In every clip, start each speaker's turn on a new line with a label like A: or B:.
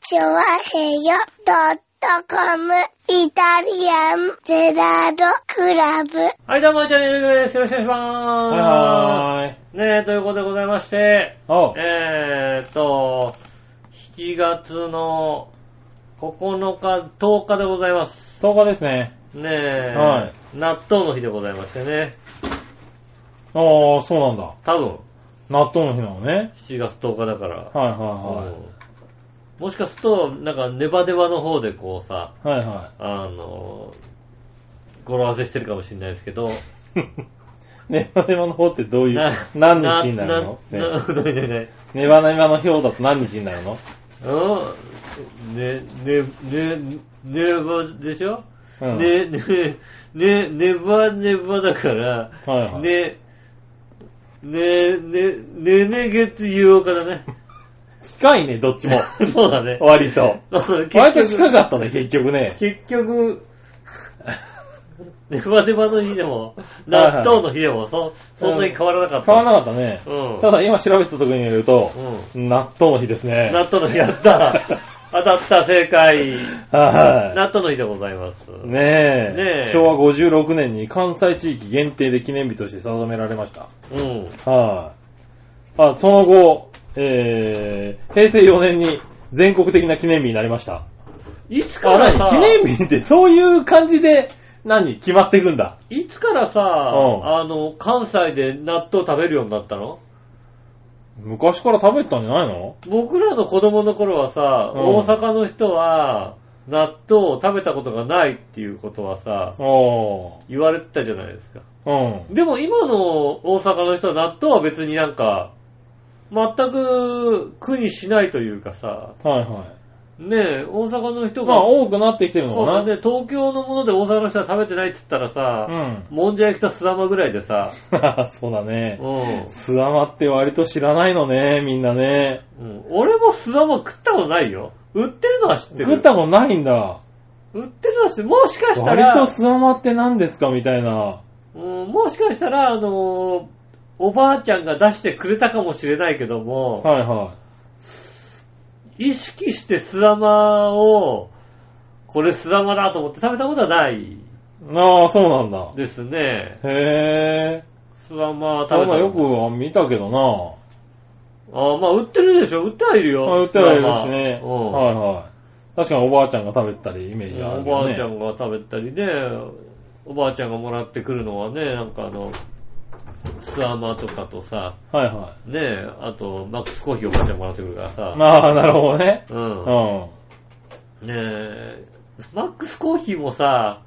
A: チョワヘヨドットコムイタリアンゼラードクラブ。
B: はい、どうも、イタリアンジェラードです。よろしくお願いしま
C: はいはーい。
B: す。ねえ、ということでございまして、
C: おう。
B: えーっと、7月の9日、10日でございます。
C: 10日ですね。
B: ねえ、
C: はい
B: 納豆の日でございましてね。
C: ああ、そうなんだ。
B: 多分、
C: 納豆の日なのね。
B: 7月10日だから。
C: はいは
B: うんもしかすると、なんか、ネバネバの方でこうさ、
C: いはい。はいは
B: あの、語呂合わせしてるかもしれないですけど、
C: い。ネバネバの方ってどういう、 何日になるの
B: なな
C: ね
B: ななな
C: ネバネバの表だと何日になるの
B: うんね、ね、ね、ねばでしょ、
C: うん。
B: ね、ね、ね、ねばねばだから、
C: はいはい
B: ね、ね、ね、ねね月曜からね。
C: 近いね、どっちも。
B: そうだね。
C: 割と。
B: そう結
C: 割と
B: 局、
C: 近かったね、結局ね。
B: 結局、 ねばねばの日でも、納豆の日でも、そ、そんなに変わらなかった。
C: 変わらなかったね。
B: うん
C: ただ今調べた時によると、納豆の日です
B: う
C: ね
B: ん。。納豆の日や った。当たった、正解。
C: は
B: 納豆の日でございます。
C: い。ねえ。
B: ねえ
C: 昭和56年に関西地域限定で記念日として定められました。
B: うん。
C: はい、あ。その後、えー、平成4年に全国的な記念日になりました。
B: いつか
C: あ、
B: ら さ
C: 何、記念日ってそういう感じで、何決まっていくんだ。
B: いつからさ、
C: ん
B: あの、関西で納豆食べるようになったの
C: 昔から食べてたんじゃないの
B: 僕らの子供の頃はさ、
C: うん
B: 大阪の人は、納豆を食べたことがないっていうことはさ、
C: あ
B: 言われてたじゃないですか。
C: あ。うん。
B: でも今の大阪の人は納豆は別になんか、全く苦にしないというかさ、
C: はいはい。
B: ねえ、大阪の人が、
C: まあ多くなってきてるの
B: そう
C: か
B: だ
C: な。
B: ね、東京のもので大阪の人は食べてないって言ったらさ、
C: うん。
B: もんじゃ焼きとすだまぐらいでさ、
C: そうだね。
B: うん
C: スワマって割と知らないのね、みんなね。
B: うん俺もスダマ食ったことないよ。売ってるのは知ってる。
C: 食ったことないんだ。
B: 売ってるのは知ってる。もしかした
C: 割
B: ら
C: と、スワマって何ですかみたいな。
B: うんもしかしたら、あのーおばあちゃんが出してくれたかもしれないけども、
C: はいは
B: 意識してスダマを、これスダマだと思って食べたことはない
C: い。ああ、そうなんだ。
B: ですね。
C: へえ。
B: スダマは食
C: そ
B: べ
C: う
B: た
C: だ、よ
B: ことない。
C: く見たけどな。
B: あーまあ売ってるでしょ。売ってはいるよ。
C: あ売ってはいるしね。
B: スダマうん
C: はいはい。確かにおばあちゃんが食べたり、イメージあ
B: お
C: る
B: ばあちゃ
C: よね。
B: んが食べたりね、おばあちゃんがもらってくるのはね、なんかあの、スワマとかとさ、
C: はいは
B: ねえ、あと、マックスコーヒーおばあちゃんもらってくるからさ
C: い。、まあ、なるほどね。
B: う。
C: うんん。
B: ねえ、マックスコーヒーもさ、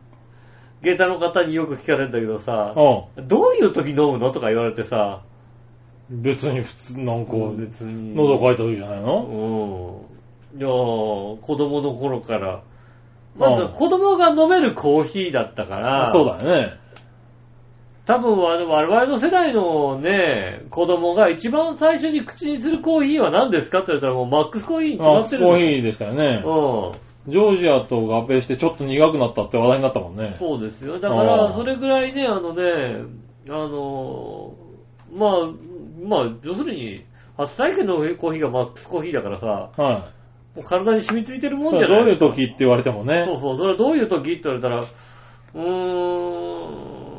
B: 下駄の方によく聞かれるんだけどさ、
C: う
B: どういう時飲むのとか言われてさ、
C: ん。別に普通、なんか、
B: 別に。
C: 喉乾いた時じゃないの
B: うん。いや子供の頃から、ま
C: うん
B: ず子供が飲めるコーヒーだったから、
C: そうだよね。
B: 多分あの我々の世代のね、子供が一番最初に口にするコーヒーは何ですかって言ったらもうマックスコーヒーに決ま
C: あ、
B: って
C: ス
B: る
C: コーヒ
B: ヒ
C: ーでしたよね。
B: ー。うん。
C: ジョージアと合併してちょっと苦くなったって話題になったもんね。
B: そうですよ。だから、
C: あー
B: それぐらいね、あのね、あのー、まあ、まあ、要するに、初体験のコーヒーがマックスコーヒーだからさ、
C: は
B: もう体に染みついてるもん
C: い。
B: じ
C: ど
B: ゃ
C: う
B: ない
C: いう時って言われても
B: そ
C: ね。
B: うそう、それはどういう時って言われたら、うーん、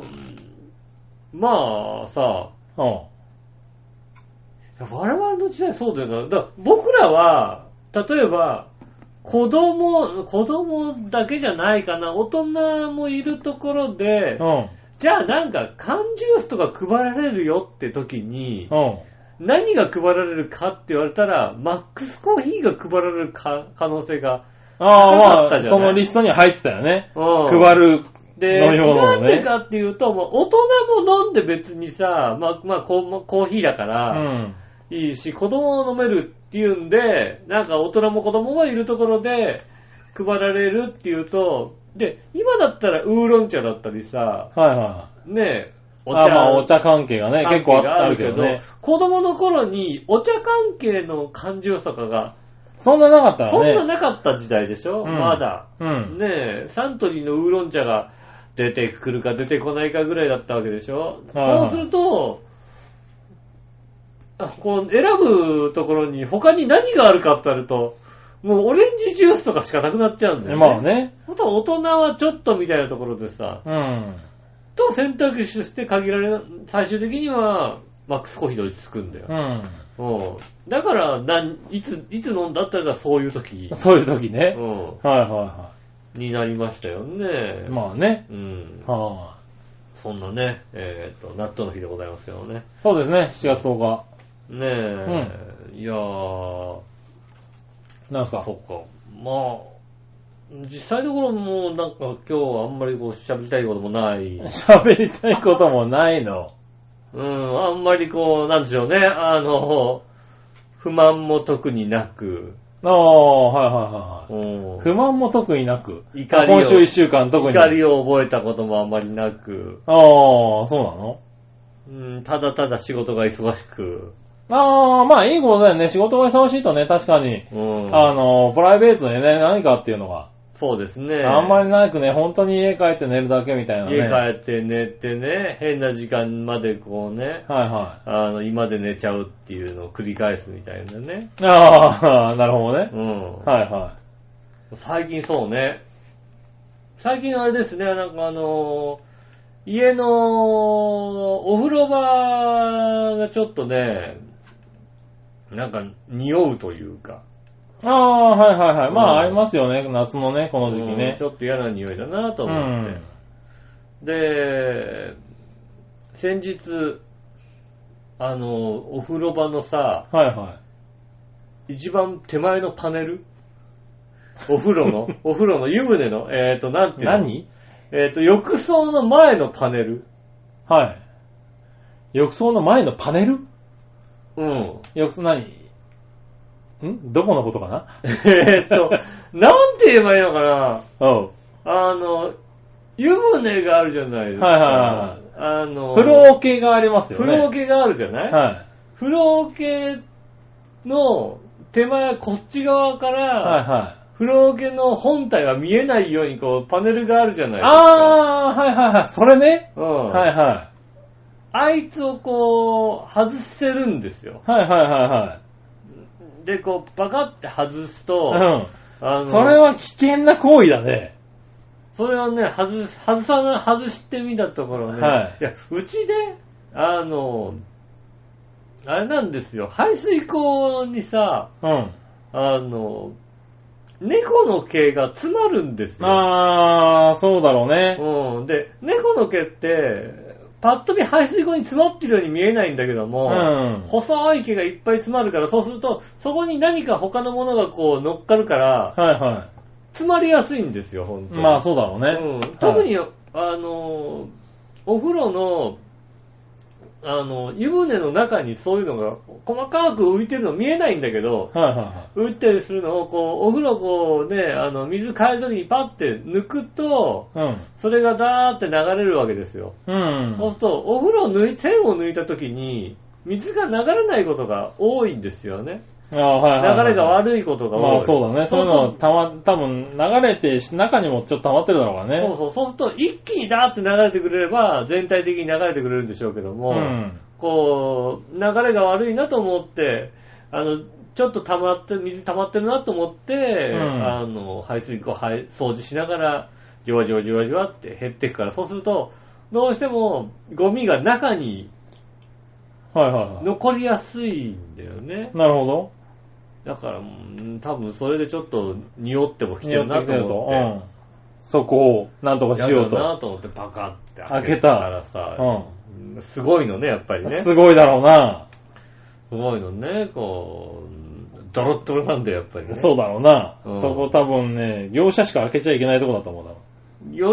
B: まあさ、
C: うん。
B: いや我々の時代そうだよな。だから僕らは、例えば、子供、子供だけじゃないかな。大人もいるところで、
C: うん。
B: じゃあなんか缶ジュースとか配られるよって時に、
C: うん。
B: 何が配られるかって言われたら、マックスコーヒーが配られるか可能性が。
C: あ
B: 高
C: あ、
B: かっ
C: ま
B: た
C: あ、
B: じゃない
C: そのリストには入ってたよね。
B: うん。
C: 配る
B: で、
C: 飲み物
B: な
C: を
B: んで
C: ね。
B: かっていうと、もう大人も飲んで別にさ、まあ、まあ、コーコーヒーだか
C: う
B: ら、
C: ん。
B: いいし、子供も飲めるっていうんで、なんか大人も子供もいるところで配られるっていうと、で、今だったらウーロン茶だったりさ、
C: はいはい。
B: ねえ、
C: お茶あまあ、お茶関係がね、結構ああるけどね。
B: 子供の頃にお茶関係の感情とかが、
C: そんななかった
B: そ
C: よ
B: ん
C: ね。
B: ななかった時代でしょ、
C: うん
B: まだ。
C: うん。
B: ねえ、サントリーのウーロン茶が出てくるか出てこないかぐらいだったわけでしょ
C: はい
B: そうすると、あこう選ぶところに他に何があるかってあると、もうオレンジジュースとかしかなくなっちゃうんだよね。
C: まあ。ね。
B: あと大人はちょっとみたいなところでさ、
C: うん。
B: と選択肢として限られな、最終的には、マックスコーヒーで落ち着くんだよ
C: う。
B: うん。だから、なん、いつ、いつ飲んだったらそういう時
C: ん。、そういう時ね。
B: う
C: はいは
B: ん、になりましたよ
C: いは
B: ね。
C: い。まあね。
B: うん。
C: は
B: そんなね、えーっと、納豆の日でございますけどね。
C: い。そうですね、7月10日。
B: ねえ、いやー、
C: なんすか。
B: そっか。まあ、実際のところもうなんか今日はあんまりこう喋りたいことも ない。
C: 喋りたいこともないの。
B: うん、あんまりこう、なんでしょうね、あの、不満も特になく、
C: ああ、はいはいはいは
B: うん
C: い。不満も特になく。
B: 怒りを
C: 今週1週間特に。
B: 怒りを覚えたこともあんまりなく、
C: ああ、そうなの
B: うん、ただただ仕事が忙しく、
C: ああ、まあいいことだよね。仕事が忙しいとね、確かに。
B: うん、
C: あの、プライベートでね、何かっていうのが、
B: そうですね。
C: あんまりなくね、本当に家帰って寝るだけみたいなね。
B: 家
C: はい
B: 帰って寝てね、変な時間までこうね、
C: は
B: あの、今で寝ちゃうっていうのを繰り返すみたいなね。
C: い。ああ、 なるほどね。
B: うん。
C: はいは
B: 最近そうね。最近あれですね、なんかあのー家のお風呂場がちょっとね、なんか匂うというか。
C: い。ああ、はいはいはい。ま
B: うん
C: あ、ありますよね。夏のね、この時期
B: うん
C: ね
B: ち。ょっと嫌な匂いだなと
C: う
B: 思って
C: ん。。
B: で、先日、あのー、お風呂場のさ、
C: はいは
B: 一番手前のパネルお風呂 のお風呂の湯船の、えっ、と、なんて
C: い。
B: いうの
C: 何
B: えっ、と、浴槽の前のパネル。
C: はい。浴槽の前のパネル
B: うん。
C: 浴槽何んどこのことかな
B: えーっと、なんて言えばいいのかな
C: おう。
B: あの、湯船があるじゃないですか。
C: はいはい
B: あの、
C: 風呂桶がありますよね。
B: 風呂桶があるじゃない、
C: は
B: 風呂桶の手前、こっち側から、
C: い。はいはい。
B: 風呂桶の本体は見えないように、こう、パネルがあるじゃないですか。あ
C: あー、はいはいはい。それね。
B: うん、
C: はいはい。
B: あいつをこう、外せるんですよ。
C: はいはいはいはい。
B: で、こう、バカって外すと、
C: うん。
B: あの
C: それは危険な行為だね。
B: それはね、外す、外さな、外してみたところね。
C: はい
B: や、うちね、あの、あれなんですよ、排水口にさ、
C: うん。
B: あの、猫の毛が詰まるんですよ。
C: あー、そうだろうね。
B: うん。で、猫の毛って、パッと見排水口に詰まってるように見えないんだけど
C: う
B: も、
C: ん。
B: 細い毛がいっぱい詰まるから、そうすると、そこに何か他のものがこう乗っかるから、
C: はいは
B: 詰まりやすいんですよ、本当
C: い。
B: に。
C: まあそうだろうね。
B: うん特に、あの、お風呂の、あの、湯船の中にそういうのが細かく浮いてるの見えないんだけど、
C: はいはいは
B: 浮いたりするのを、こう、お風呂こうね、あの、水変えるときにパッて抜くと、
C: いはい。
B: それがダーって流れるわけですよ。
C: うん。うん。
B: そうすると、お風呂を抜い、線を抜いたときに、水が流れないことが多いんですよね。
C: あーはい
B: 流
C: はいはい。
B: れが悪いことが多い。
C: まあそうだね。そういうのはたま、多分流れて、中にもちょっと溜まってるだろうから
B: そう
C: ね。
B: そう、そうすると一気にダーって流れてくれれば、全体的に流れてくれるんでしょうけども、
C: うん。
B: こう、流れが悪いなと思って、あの、ちょっと溜まって、水溜まってるなと思って、
C: ん
B: あの、排水口をはい掃除しながら、じわじわじわじわって減っていくから、そうすると、どうしてもゴミが中に
C: はいはいは
B: 残りやすいんだよね
C: い。。なるほど。
B: だから、うん多分それでちょっと匂ってもきてるなと
C: やってきてる
B: 思って。
C: うん。そこを、なんとかしよう
B: 嫌
C: と。
B: だなと思ってパカってらさ、うんすごいのね、やっぱりね。す
C: すごいだろうな。
B: ごいのね、こううん、ドロッドロなんだよ、やっぱりね。
C: そうだろうな。
B: うん
C: そこ多分ね、業者しか開けちゃいけないとこだと思うだろ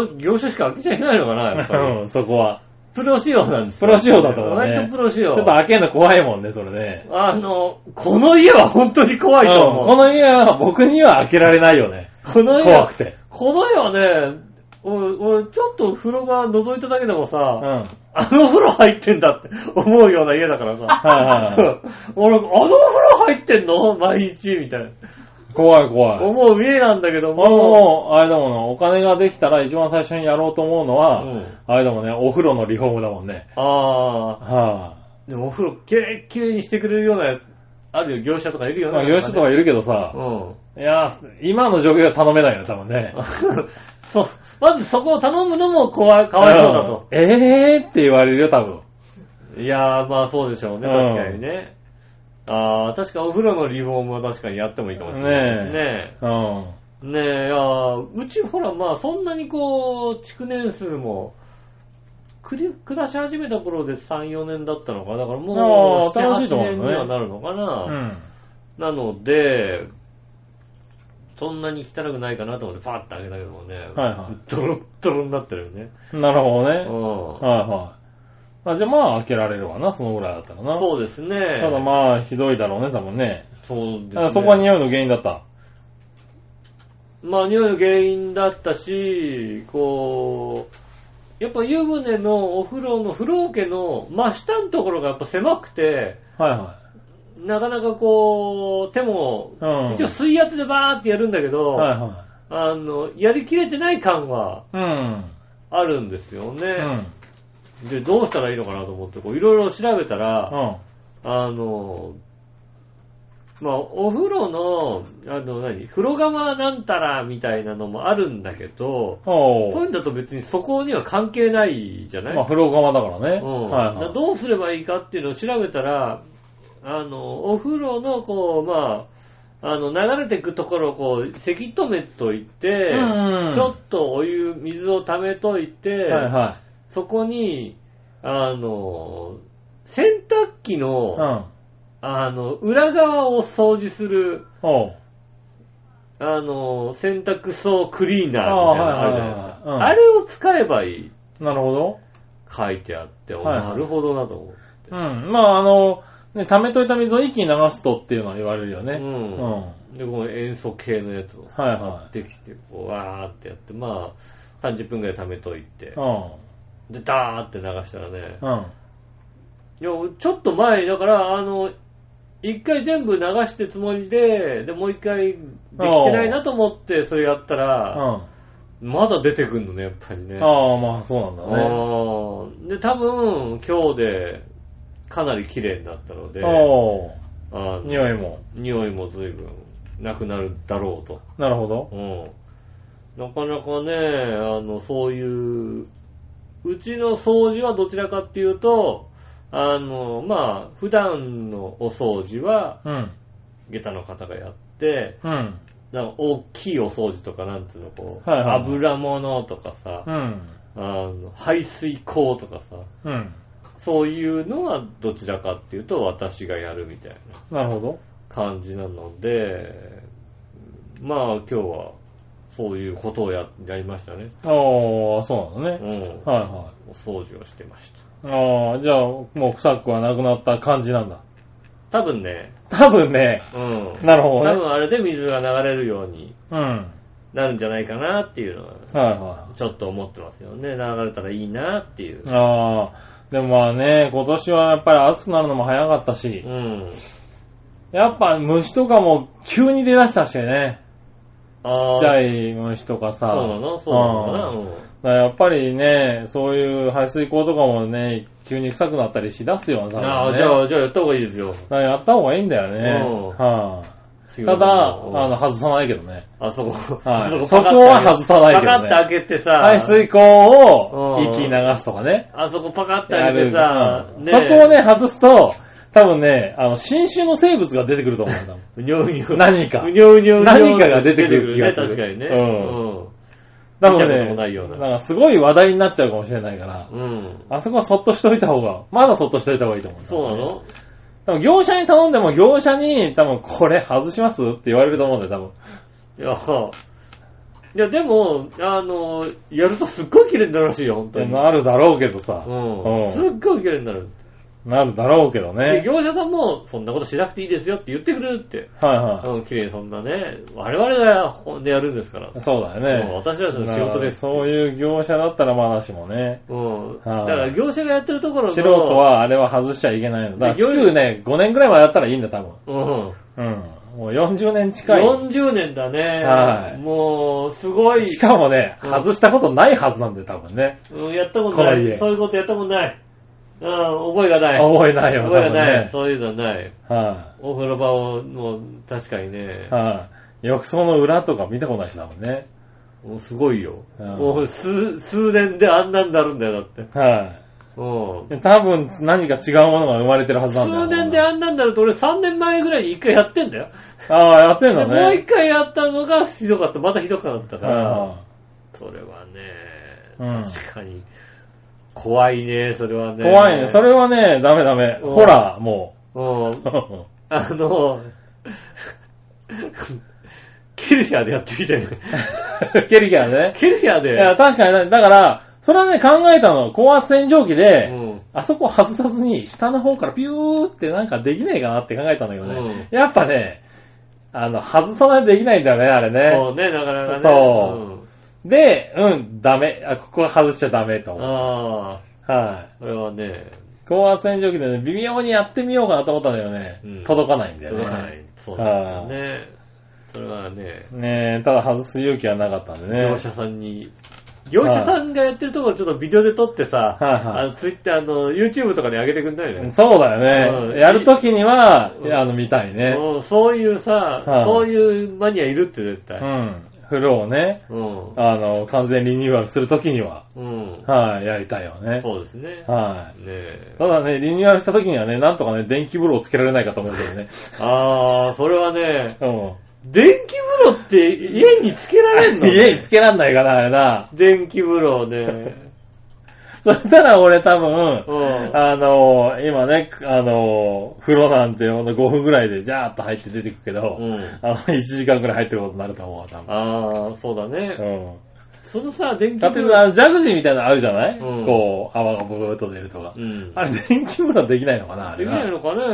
B: 業業者しか開けちゃいけないのかな、やっぱり。
C: う。うん、そこは。
B: プロ仕様なんですよ
C: プロ仕様だと思うね
B: 割とプロ仕
C: ちょ
B: 様
C: っ。と開けるの怖いもんね、それね。
B: あの、この家は本当に怖いと
C: う
B: 思
C: ん
B: う。
C: この家は僕には開けられないよね。
B: この家
C: 怖
B: は
C: く、て。
B: この家はね、俺、俺ちょっと風呂場覗いただけでもさ、
C: うん。はい
B: あのお風呂入ってんだって思うような家だからさ。
C: はいは
B: 俺、あのお風呂入ってんの毎日みたいな。
C: い。 怖い怖い。俺
B: 思う家なんだけども。
C: も、あれだもの、お金ができたら一番最初にやろうと思うのは、
B: うん
C: あれだもんね、お風呂のリフォームだもんね。
B: ああ。
C: は
B: でもお風呂キレッキレにしてくれるようなあるよ、業者とかいるよね。
C: まあ、業者とかいるけどさ、
B: うん。
C: いやー、今の状況では頼めないよね、多分ね。
B: そう。まずそこを頼むのも怖い、かわいそうだと。
C: うん。えーって言われるよ、多分。
B: いやー、まあそうでしょうね、
C: うん
B: 確かにね。あー、確かお風呂のリフォームは確かにやってもいいかもしれないで
C: うん。
B: すね。ねえ、いやーうちほらまあそんなにこう、築年数も、くり暮らし始めた頃で3、4年だったのか。だからもう、
C: あー
B: 7、
C: 新しいと
B: 8
C: 思
B: 年
C: うんだね
B: にはなるのかな。
C: うん。
B: なので、そんなに汚くないかなと思ってパーってあげたけどもね、
C: はいはい
B: ドロッドロになってるよね。
C: なるほどね。
B: う
C: はいはい。あじゃあまあ開けられるわな、そのぐらいだったら
B: ん。
C: な。
B: そうですね。
C: ただまあひどいだろうね、多分ね。
B: そうです
C: だか
B: ね。
C: らそこは匂いの原因だった。
B: まあ、匂いの原因だったし、こう、やっぱ湯船のお風呂の、風呂桶の真下のところがやっぱ狭くて、
C: はいは
B: なかなかこう、手も、
C: い。うん。
B: 一応水圧でバーってやるんだけど、
C: はいは。
B: あの、やりきれてない感はい
C: うん。
B: あるんですよ
C: う
B: ね。
C: ん。
B: で、どうしたらいいのかなと思って、こう、いろいろ調べたら、
C: うん。
B: あの、まあ、お風呂の、あの、何、風呂釜なんたらみたいなのもあるんだけど、
C: お
B: そういうんだと別にそこには関係ないじゃない、
C: まあ風呂釜だからね。
B: うん
C: は
B: だ
C: い
B: か
C: は
B: ら
C: い。
B: どうすればいいかっていうのを調べたら、あの、お風呂の、こう、まあ、あの、流れていくところをこう、せき止めといて、
C: うんうん
B: ちょっとお湯、水を溜めといて、
C: はいは
B: そこに、あの、洗濯機の
C: い。、うん。
B: あの、裏側を掃除する、
C: おう。
B: あの、洗濯槽クリーナーみたいなのあるじゃないですか。
C: あーはいはいはいはいうん
B: あれを使えばいい。
C: なるほど。
B: 書いてあって、お
C: はいはい
B: なるほどなと思って。
C: うん。まああの、ね、溜めといた水を一気に流すとっていうのは言われるよね。
B: うん
C: うん。は
B: で、この塩素系のやつを
C: いは
B: できて、こう、わーってやって、まあ、30分くらい溜めといて
C: い。う、ん。
B: で、ダーって流したらね、
C: うん。
B: いや、ちょっと前、だから、あの、一回全部流してつもりで、で、もう一回できてないなと思って、それやった
C: う
B: ら、
C: ん。
B: まだ出てくんのね、やっぱりね。
C: ああ、まあそうなんだね。
B: あーで、多分、今日で、かなり綺麗になったので、
C: おう。
B: あの
C: 匂いも。
B: 匂いも随分なくなるだろうと。
C: なるほど。
B: うん。なかなかね、あの、そういう、うちの掃除はどちらかっていうと、あの、まあ、普段のお掃除は、
C: うん。
B: 下駄の方がやって、
C: うん。
B: なんか大きいお掃除とか、なんていうの、こう、
C: はいはいはい
B: 油物とかさ、
C: うん。
B: あの排水口とかさ、
C: うん。
B: そういうのはどちらかっていうと私がやるみたいな
C: なるほど。
B: 感じなので、まあ今日はそういうことをややりましたね。
C: ああ、そうなの
B: う
C: ね。
B: ん。
C: はいは
B: お掃除をしてました。
C: い。ああ、じゃあ、もう臭くはなくなった感じなんだ。
B: 多分ね、
C: 多分ね、
B: うん。
C: なるほ
B: 多
C: どね。
B: 分あれで水が流れるように
C: うん。は
B: なるんじゃないかなっていうのはい
C: は
B: ちょっと思ってますよね。流れたらいいなっていう
C: い。。ああ、でもまあね、今年はやっぱり暑くなるのも早かったし
B: う、ん。
C: やっぱ虫とかも急に出だしたしね、
B: あ
C: ち
B: あ
C: っちゃい虫とか
B: そう
C: さ。
B: なのそうなのかな
C: うん
B: うん。
C: だからやっぱりね、そういう排水口とかもね、急に臭くなったりしだすよ、多分ね
B: ああ、じゃあ、じゃあやった方がいいですよ。
C: だからやった方がいいんだよね。
B: うん
C: はい
B: 杉
C: た
B: 村
C: だ、あ
B: 君
C: の、外さないけどね。
B: あそこ、
C: はい
B: あ
C: そこは外さないけど
B: パ
C: ね
B: カッて開けてさ、
C: 排水口を
B: うん
C: 一気に流すとかね。
B: あそこパカッて
C: や
B: 開け
C: る
B: てさ、
C: うんそこをね、、外すと、多分ね、あの、新種の生物が出てくると思うんだもん
B: うにょうにょ。
C: 何か
B: うにょうにょうにょう
C: 何かが出てくる気がす
B: 出
C: る
B: てくね確か
C: う
B: にね。
C: 多
B: 見たこと
C: 分
B: も
C: ね、
B: ないような
C: なんかすごい話題になっちゃうかもしれないから、
B: うん。うん。
C: あそこはそっとしといた方が、まだそっとしといた方がいいと思うんだ
B: そうなの
C: 多分業者に頼んでも業者に多分これ外しますって言われると思うんだよ、
B: いや、いやでも、あの、やるとすっごい綺麗になるらしいよ、本
C: 多
B: 当
C: 分。
B: に。
C: なるだろうけどさ。
B: うん。す
C: う
B: っごい綺麗になる。
C: んなるだろうけど
B: で、
C: ね。
B: 業者さんも、そんなことしなくていいですよって言ってくれるって。
C: はいは
B: うん、綺麗にそんなね。我々が本でやるんですから。
C: い。そうだよ
B: うん
C: ね。
B: 私たちの仕事です。
C: そういう業者だったらまだしもね。
B: うん。だか
C: は
B: ら
C: い
B: 業者がやってるところの。
C: 素人はあれは外しちゃいけないの。だから、
B: で業
C: 築ね、5年くらい前だったらいいんだ、多分。
B: うん。
C: うん。もう40年近い。
B: 40年だね。
C: はい
B: もう、すごい。
C: しかもね、
B: うん
C: 外したことないはずなんだよ、多分ね。
B: うんやったことな
C: この
B: い。
C: 家
B: そういうことやったことない。うん、覚えがない。
C: 覚えないよ
B: 覚えがない、
C: 多分ね
B: そういうのはない。
C: は
B: お風呂場を、もう、確かにね
C: い、。はい、浴槽の裏とか見たことないしだもんね。
B: もうすごいよ。
C: うん
B: もう数、数年であんなになるんだよ、だって。
C: は
B: うん
C: い、。多分何か違うものが生まれてるはずなんだよ
B: 数
C: な。
B: 年であんなんだろうと俺3年前ぐらいに一回やってんだよ。
C: ああ、やってんの
B: でもう一
C: ね。
B: 回やったのがひどかった。またひどくなったから。
C: う
B: それは
C: うん
B: ね、確かに。怖いね、それはね。
C: ん怖いね。それはね、ダメダメ。
B: うん
C: ホラー、も
B: うん
C: う。。
B: あの、ケルヒャーでやってみたいね。
C: ケルヒャーね。
B: ケルヒャー
C: いや、
B: で、
C: 確かにね、だから、それはね、考えたの。高圧洗浄機で、
B: うん。
C: あそこ外さずに、下の方からピューってなんかできねえかなって考えたんだけどね。やっぱね、あの、外さないとできないんだよね、あれね。
B: そうね、なかなかね。
C: そう
B: うん
C: で、うん、ダメ。あ、ここは外しちゃダメと思う。
B: ああ、
C: は
B: これはね、
C: い。高圧洗浄機でね、微妙にやってみようかなと思ったんだよね。
B: うん
C: 届かないんだよね。
B: 届かない。そうなんだよね。それはね、
C: ねえ、ただ外す勇気はなかったんでね。
B: 業者さんに、業者さんがやってるところちょっとビデオで撮ってさ、
C: はいはい
B: あの、ツイッター、あの、YouTube とかに上げてくんないよね。
C: そうだよね。
B: うん
C: やるときには、
B: うん
C: あの、見たいね。
B: うんそういうさ、
C: はい
B: そういうマニアいるって絶
C: う
B: 対。
C: ん。風呂をね、
B: うん。
C: あの、完全リニューアルするときには、
B: うん。
C: はい、やりたいよね。
B: そうですね。
C: は
B: ねえ
C: い。ただね、リニューアルしたときにはね、なんとかね、電気風呂をつけられないかと思うんだよ ね。
B: あー、それはね、
C: うん。
B: 電気風呂って家につけられんの
C: 家につけらんないかな、あれな。
B: 電気風呂 ね。
C: そしたら俺多分
B: う、ん。
C: あの、今ね、あの、風呂なんてほんと5分ぐらいでジャーッと入って出てくけど、
B: うん。
C: あの、1時間ぐらい入ってることになると思うわ、多分。
B: あー、そうだね。
C: うん。
B: そのさ、電気
C: だって
B: 風
C: さ、あ
B: 呂。
C: のジャグジーみたいなのあるじゃない、
B: うん
C: こう、泡がブブーっと出るとか。
B: うん。
C: あれ、電気風呂できないのかなあ
B: で
C: れ
B: き
C: な。
B: ないのかね、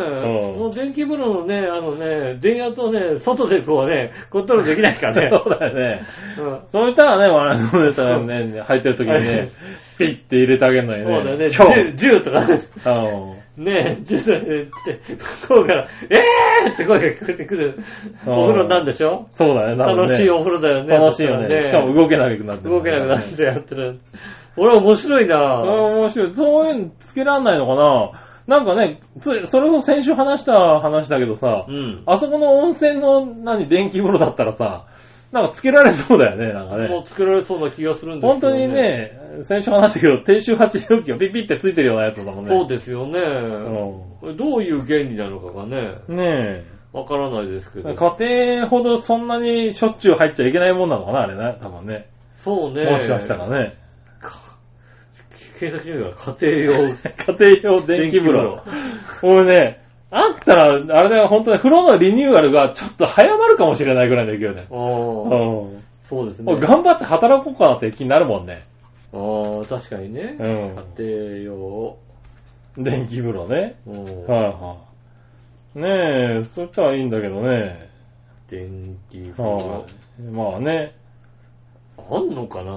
C: ん
B: もう電気風呂のね、あのね、電圧をね、外でこうね、コントロールできないからね。
C: そうだよね。
B: うん
C: そうしたらね、笑いのネタね、入ってる時に
B: は
C: ね
B: い、
C: ピッて入れてあげるのに
B: そうだね、
C: ね。
B: 銃銃とかね、
C: 今日。うん
B: ね銃とかね、って、向こうから、えーって声が聞こえてくる
C: うん
B: お風呂なんでしょ
C: そうだね、多分ね
B: 楽しいお風呂だよね。
C: 楽しいよね。しかも動けなくなってる
B: 動けなくなってやってる。俺面白い
C: それ
B: なぁ。
C: 面白い。そういうのつけらんないのかななんかね、つそれも先週話した話だけどさ
B: う、ん。
C: あそこの温泉の、何、電気風呂だったらさ、なんかつけられそうだよね、なんかね。
B: もう作られそうな気がするんです
C: 本
B: けど
C: 当に。ね、先週話したけど、低周波治療器がピピってついてるようなやつだもんね。
B: そう
C: う
B: ですよね。これどういう原理なのかがね、
C: んね
B: わからないですけど。
C: え。家庭ほどそんなにしょっちゅう入っちゃいけないもんなのかな、あれね。多分ね。
B: そうね。
C: もしかしたらね。
B: 検索してみれば家庭用
C: 家庭用電気風呂。
B: 電
C: 俺ね、あったら、あれだよ、本当に風呂のリニューアルがちょっと早まるかもしれないぐらいの勢いね
B: 気。風呂。
C: う
B: あ
C: ん
B: ー。そうですね
C: もう。頑張って働こうかなって気になるもんね。
B: あー確かにね。
C: う
B: 家庭用。
C: ん。電気風呂ね。
B: うん
C: はいはい。ねえ、そしたらいいんだけどね。
B: 電気風
C: は
B: 呂。
C: い。まあね。
B: あんのかな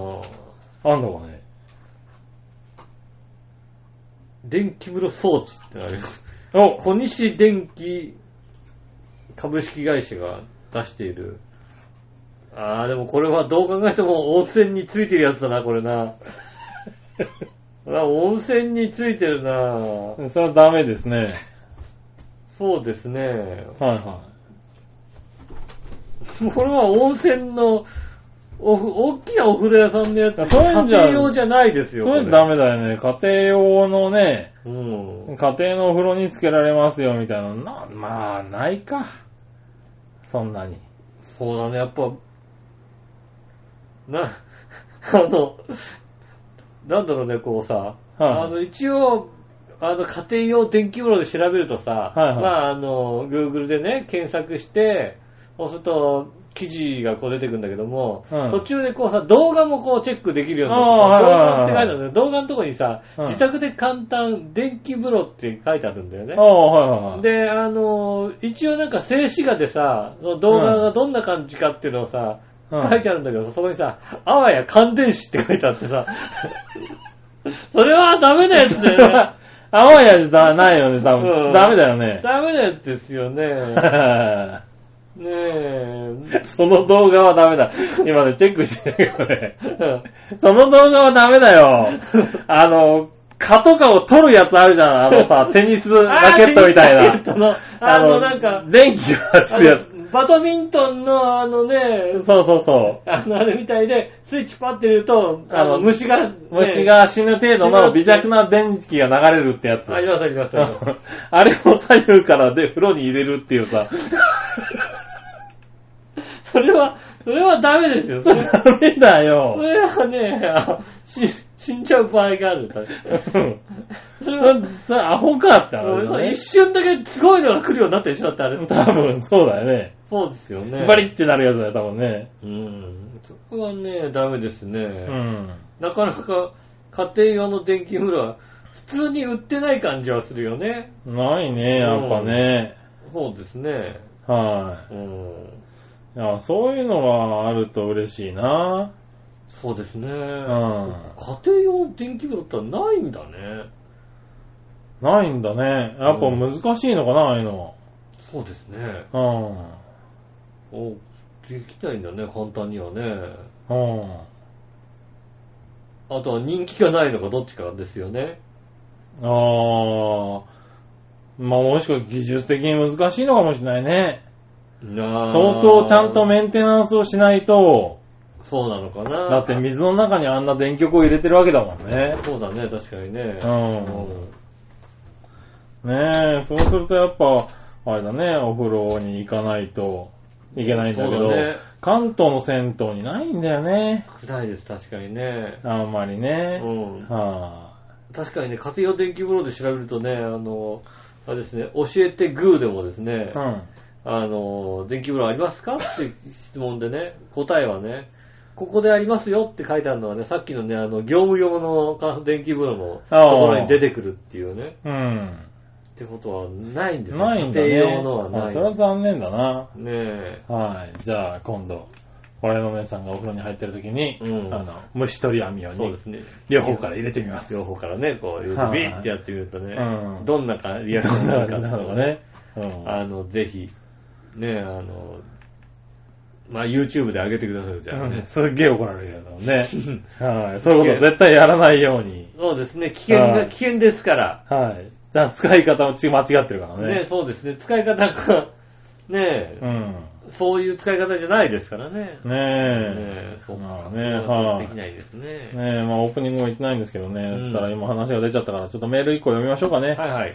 C: あんのかね。
B: 電気風呂装置ってあれ。
C: お、
B: 小西電機株式会社が出している。ああ、でもこれはどう考えても温泉についてるやつだな、これな。 あ温泉についてるな。
C: それはダメですね。
B: そうですね。
C: はいは
B: これは温泉のおふ大きなお風呂屋さんのやつ。
C: そういうんじゃ
B: 家庭用じゃないです
C: い。
B: よ。
C: それ
B: こ
C: ダメだよね。家庭用のね、
B: うん。
C: 家庭のお風呂につけられますよみたいなのな、まあ、ないか。そんなに。
B: そうだね、やっぱ、な、 あの、なんだろうね、こうさ、
C: はい
B: あの、一応、あの、家庭用電気風呂で調べるとさ、
C: はいはい
B: まあ、あの、Google でね、検索して、そうすると、記事がこう出てくるんだけども、
C: うん
B: 途中でこうさ、動画もこうチェックできるようにな
C: あ
B: っ
C: ー
B: て
C: はいはいはい
B: 動画って書いてあるんだよ。動画のとこにさ、
C: うん
B: 自宅で簡単電気風呂って書いてあるんだよね
C: あ。あ、はいはいはい。
B: で、あのー一応なんか静止画でさ、動画がどんな感じかっていうのをさ、
C: うん
B: 書いてあるんだけど、そこにさ、あわや感電死って書いてあってさ、 それはダメなやつだよね。
C: あわやじゃないよね、多
B: うん
C: 分。ダメだよね。
B: ダメなやつですよね。ねえ。
C: その動画はダメだ。今 ね、チェックしてるけどね。その動画はダメだよ。あの、蚊とかを取るやつあるじゃん。あの さ、テニスラケットみたい
B: あーラケ
C: な
B: ッ。トの、あの、なんか、
C: 電気が走
B: あ
C: るや
B: の
C: つ。
B: バドミントンの、あのね、
C: そうそうそ
B: あの、あれみたいで、スイッチパッて入れると、あ
C: あ
B: の、
C: の
B: 虫が、ね
C: う。虫。が死ぬ程度の微弱な電気が流れるってやつ。
B: ありますありますあります。
C: あれを左右からで風呂に入れるっていう さ、
B: それは、それはダメですよ。そ
C: それ
B: れ
C: ダメだ
B: そ
C: よ。
B: れはね、あし死んじゃう場合がある。確かに
C: うん
B: それ
C: そ
B: は
C: れ、それアホかってあ
B: うん
C: る
B: そ
C: よ
B: う
C: ね
B: 一。瞬だけすごいのが来るようになったでしょだってあれ。
C: 多分そうだよね。
B: そうですよね。
C: バリってなるやつだよ、多分ね。
B: うん。そこはね、ダメですね。
C: うん。
B: なかなか家庭用の電気風呂は普通に売ってない感じはするよね。
C: ないね、やっぱね。
B: そうですね。
C: は
B: うん。
C: い。いやそういうのがあると嬉しいな。
B: そうですね。
C: う
B: 家
C: ん。
B: 庭用電気風呂ってないんだね。
C: ないんだね。やっぱ難しいのかな、ああいうの
B: そうですね。
C: は。
B: おできないんだね、簡単にはね。
C: うん。うん。
B: あとは人気がないのかどっちかですよね。
C: ああ。まあもしくは技術的に難しいのかもしれないね。相
B: 相
C: 当ちゃんとメンテナンスをしないと、
B: そうなのかな。
C: だって水の中にあんな電極を入れてるわけだもんね。
B: そうだね、確かにね。
C: うんねえ、そうするとやっぱ、あれだね、お風呂に行かないといけないんだけ
B: そ
C: ど、
B: うだね
C: 関東の銭湯にないんだよね。
B: 暗いです、確かにね。
C: あんまり
B: う
C: ね。
B: ん。
C: は
B: 確かにね、家庭用電気風呂で調べるとね、あの、あれですね、教えてグーでもですね、
C: あ、うん。
B: あの、電気風呂ありますかって質問でね、答えはね、ここでありますよって書いてあるのはね、さっきのね、あの、業務用のか電気風呂のと
C: あー
B: ころに出てくるっていうね、
C: うん。
B: ってことはないんですね
C: ないんだね。
B: 家庭用のは
C: あ
B: ない。
C: それは
B: ね
C: 残念だな。
B: え。
C: はい。じゃあ、今度、俺の姉さんがお風呂に入ってる時に、
B: うん
C: あの、虫取り網を
B: そうで
C: ね
B: すね。
C: 両方から入れてみます。
B: 両方からね、こう、ビ
C: はい
B: ッてやってみるとね、
C: うん
B: どんなかリアクションになるかっていうのがね、
C: ね。うん。
B: あの、ぜひ、ね、あの、まあ、YouTube で上げてください、じゃあ
C: う
B: ね
C: ん。すっげえ怒られるやつだもんね。はい。そういうこと絶対やらないように。
B: そうですね、危険
C: は
B: が、
C: い
B: 危険ですから。
C: はい。じゃあ使い方もち間違ってるからね。
B: ね、そうですね、使い方が、 ね
C: う、ん。
B: そういう使い方じゃないですからね。
C: ねえ。
B: ねそう
C: ま
B: か
C: あ。
B: そ
C: ね
B: ういうことはできないですね。
C: ねえ、まあオープニングも言ってないんですけどね。
B: うん
C: たら今話が出ちゃったから、ちょっとメール1個読みましょうかね。
B: はいはい。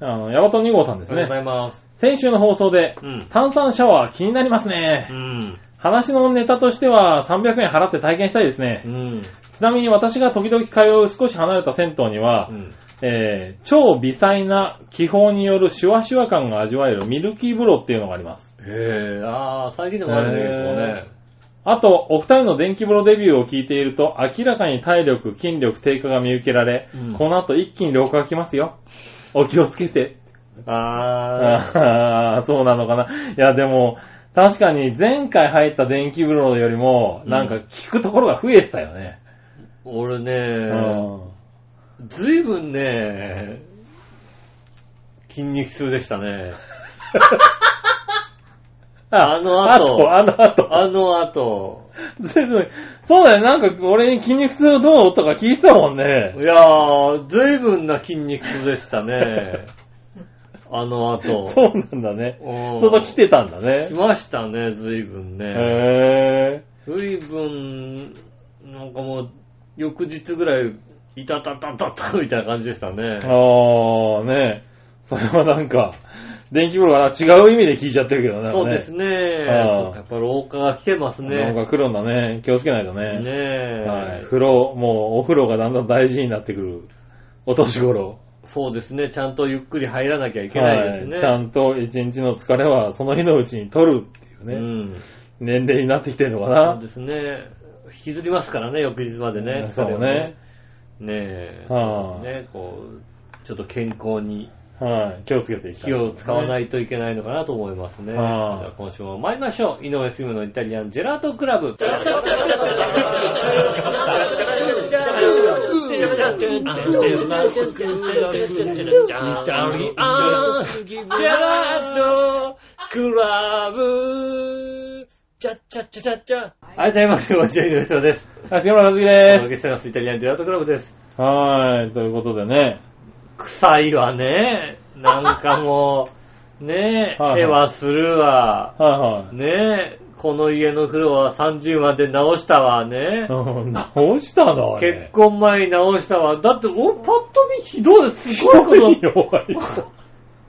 C: あの、ヤバト2号さんで
B: あ
C: す
B: りがとう
C: ね
B: ご。ざいます。
C: 先週の放送で、
B: うん。
C: 炭酸シャワー気になりますね
B: う。ん。
C: 話のネタとしては300円払って体験したいですね。
B: うん。
C: ちなみに私が時々通う少し離れた銭湯には、
B: うん。
C: えー超微細な気泡によるシュワシュワ感が味わえるミルキー風呂っていうのがあります。
B: へえ、ああ、最近でもあれね、結構ね。
C: あと、お二人の電気風呂デビューを聞いていると、明らかに体力、筋力低下が見受けられ、
B: うん
C: この後一気に老化が来ますよ。お気をつけて。
B: あ
C: あーそうなのかな。いや、でも、確かに前回入った電気風呂よりも、
B: うん
C: なんか聞くところが増えてたよね。
B: あ、 俺
C: う
B: ね、
C: ん。
B: ずいぶんね、筋肉痛でした ね。あの
C: あ
B: 後
C: と、あの後。
B: あの後、
C: ずいぶん、そうだよ、なんか俺に筋肉痛どうとか聞いてたもんね。
B: いやー、ずいぶんな筋肉痛でした ね。あの後。
C: そうなんだね。
B: うん。
C: そうそう来てたんだね
B: き。ましたね、ずいぶんね。
C: へ
B: ずいぶん、なんかもう、翌日ぐらい、いたたたたたみたいな感じでしたね
C: ぇ。あー、ねそれはなんか、電気風呂から違う意味で聞いちゃってるけどね。
B: そうですね。
C: ああ
B: やっぱ老化が来てます
C: なん
B: ね。
C: か来るんだね。気をつけないとね。
B: ねえ、
C: はい。風呂、もうお風呂がだんだん大事になってくる。お年頃。
B: そうですね。ちゃんとゆっくり入らなきゃいけないですね。
C: はいちゃんと一日の疲れはその日のうちに取るっていう
B: う
C: ね。
B: ん。
C: 年齢になってきてるのか
B: そう
C: な。
B: ですね。引きずりますからね、翌日まで
C: う
B: ね。
C: んそうね
B: れをねねえ。
C: はあ
B: そうね、こう、ちょっと健康に
C: はい。気をつけていき
B: 気
C: たいですね、
B: を使わないといけないのかなと思いますね。じ
C: はあ
B: ゃあ今週も参りましょう。井上すむのイタリアンジェラートクラブ。はい、どうも、こんにちは、井上翔です。
C: はい、杉村和樹
B: お
C: で
B: 届
C: す。
B: けしてます、イタリアンジェラートクラブです。
C: はーい、ということでね。
B: 臭いわね。なんかも う、ねえ、
C: はいはい
B: 絵はするわ。
C: はいはい。
B: ねえ、この家の風呂は30万で直したわね。
C: うん直したのあ
B: 結
C: れ。
B: 婚前に直したわ。だって、お、パッと見ひどい。すごいこと。
C: ひどいよ割と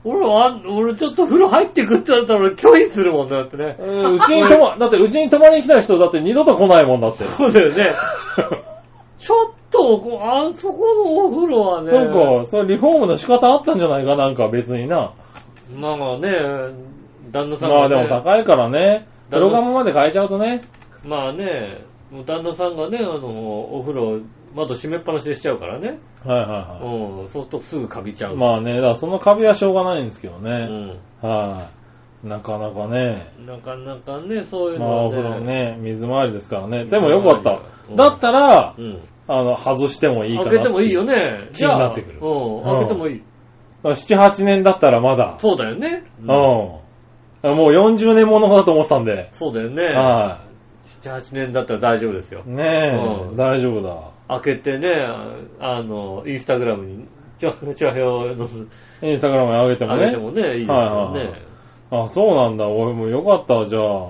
B: 俺は、俺ちょっと風呂入ってくってなったら俺拒否するもんねだってね。
C: うんうちに泊ま、だってうちに泊まりに来た人だって二度と来ないもんだって。
B: そうだよ ね。ちょっと、こうあそこのお風呂はね。
C: そうか、それリフォームの仕方あったんじゃないかなんか別にな。
B: まあまあね、旦那さん
C: まあ
B: が、
C: でも
B: ね、
C: 高いからね。プロガムまで変えちゃうとね。
B: まあね、もう旦那さんがね、あの、お風呂、窓閉めっぱなしでしちゃうからね。
C: はいはいは
B: うん、そうするとすぐカビちゃ
C: い。
B: う。
C: まあね、だからその壁はしょうがないんですけど
B: う
C: ね。
B: ん。
C: はい。なかなかね。
B: なかなかね、そういう
C: まあ
B: の
C: お風
B: は
C: 呂
B: ね。
C: ね、水回りですからね。でもよかっ
B: う
C: た。
B: ん
C: だったら、
B: うん。
C: あの、外してもいいかな
B: 開けてもいいよね。
C: 気
B: じ
C: に
B: ゃあ、
C: なってくる
B: うん、
C: うん
B: 開けてもいい。
C: 7、8年だったらまだ。
B: そうだよね。
C: うん。もう40年ものだと思ってたんで。
B: そうだよね。
C: は
B: 7、8年だったら大丈夫ですよ
C: い。。ね
B: う
C: え、
B: ん
C: 大丈夫だ。
B: 開けてね、ああの、インスタグラムに、ちょ、ちょ、へをの、
C: インスタグラムに上げても
B: 上げて
C: ね。
B: もね、いいですよ
C: はいはいは
B: ね。
C: あ、そうなんだ。俺もよかった。じゃあ、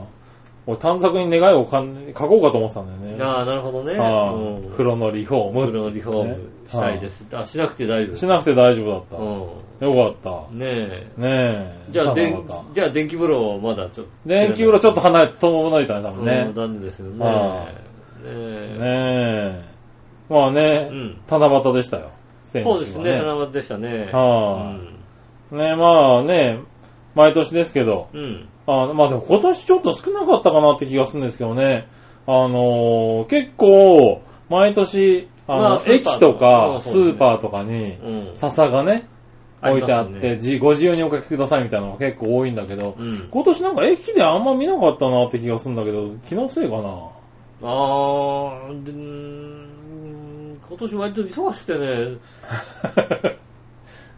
C: 俺短冊に願いをかん書こうかと思ってたんだよね。
B: ああ、なるほどね。
C: はい
B: うん
C: 風呂のリフォーム。
B: 風呂のリフォームしたいです。あ、しなくて大丈夫です。
C: しなくて大丈夫だった。
B: う
C: よかっ
B: ん。ね
C: た。ねえ。
B: え。じゃあ、
C: よ
B: 電
C: かった、
B: じゃあ電気風呂をまだちょっと。
C: 電気風呂ちょっと離れて遠のいたね、多分
B: う
C: ね
B: ん。残念ですよね。
C: は
B: ねえ。
C: ねえ。まあね、
B: うん
C: 七夕でしたよ。先週は
B: そうですね、七夕でしたね。
C: は
B: うん
C: ねまあね、毎年ですけど、
B: うん。
C: あまあでも今年ちょっと少なかったかなって気がするんですけどね、あのー結構、毎年、あの、
B: まあスーパー
C: 駅と
B: う
C: か、
B: ん
C: ス
B: そうですね
C: ーパーとかに、
B: うん。
C: 笹がね、置いてあっ
B: ります
C: て、
B: ね
C: じご自由にお書きくださいみたいなのが結構多いんだけど、
B: うん。
C: 今年なんか駅であんま見なかったなって気がするんだけど、気のせいかな。
B: あー、でうーん今年割と忙しくてね、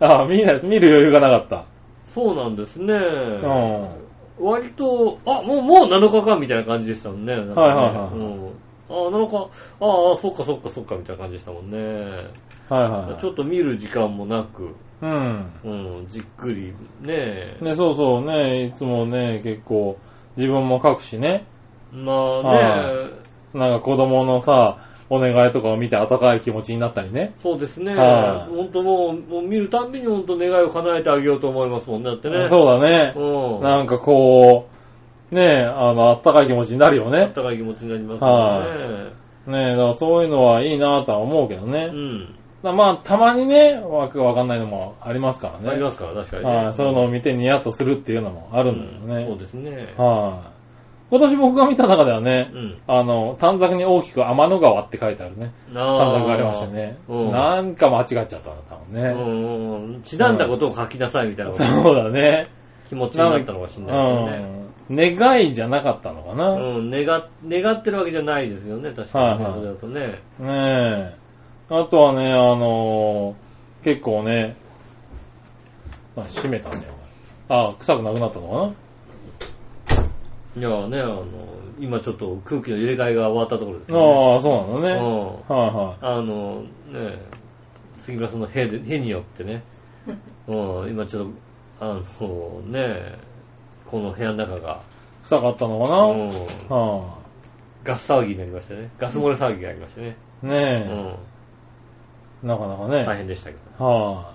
C: あ見ないです。見る余裕がなかった。
B: そうなんですね。
C: うん。
B: 割と、あ、もう、もう7日か、みたいな感じでしたもんね。はい
C: はいはい
B: うん。あ7日、ああ、そっかそっかそっか、みたいな感じでしたもんね。
C: はいはいはい。
B: ちょっと見る時間もなく、
C: うん。
B: うん、じっくり、ねえ。
C: ね、そうそうね、いつもね、結構、自分も書くしね、
B: まあ
C: は
B: ね、
C: なんか子供のさ、お願いとかを見て温かい気持ちになったりね。
B: そうですね。
C: はい
B: 本当もう、もう見るたんびに本当願いを叶えてあげようと思いますもんね、だってね。
C: そうだね。
B: うん。
C: なんかこう、ねあの、温かい気持ちになるよ
B: あ
C: ね
B: っ。たかい気持ちになりますもんね。
C: ねだからそういうのはいいなとは思うけどね。
B: う
C: だか
B: ん。
C: らまあ、たまにね、わけがわかんないのもありますからね。
B: ありますから、確かにね。
C: はい、そういうのを見てニヤッとするっていうのもあ
B: う
C: るんだ
B: ん
C: よ
B: そう
C: ね。
B: ですね。
C: はい、今年僕が見た中ではね、
B: うん。
C: あの、短冊に大きく天の川って書いてあるね。短
B: あ
C: 冊がありましたね。
B: うん
C: なんか間違っちゃったんだ、多分
B: う
C: ね。
B: んうんちなんだことを書きなさいみたいなこと
C: そうだね。
B: 気持ちになったのかもしれないですよね。
C: うん。願いじゃなかったのか
B: う
C: な。
B: ん、願、願ってるわけじゃないですよね、確かにね、
C: はいはい
B: それだとね。
C: ねえ。あとはね、あのー結構ね、あ、閉めたね。あ、臭くなくなったの
B: いやね、あの、今ちょっと空気の入れ替えが終わったところです
C: かな、
B: よ
C: ああ、そうなんだ
B: ね。
C: ね。はい、
B: うん
C: はい、
B: あの、ね、杉村さんのへで、へによってね、うん、今ちょっと、あの、ね、この部屋の中が、
C: 臭かったのかな、
B: うん
C: は
B: ガス騒ぎになりましたね。ガス漏れ騒ぎがありましたね。
C: あ、
B: う
C: ね
B: ん、
C: え、なかなかね。
B: 大変でしたけど。
C: は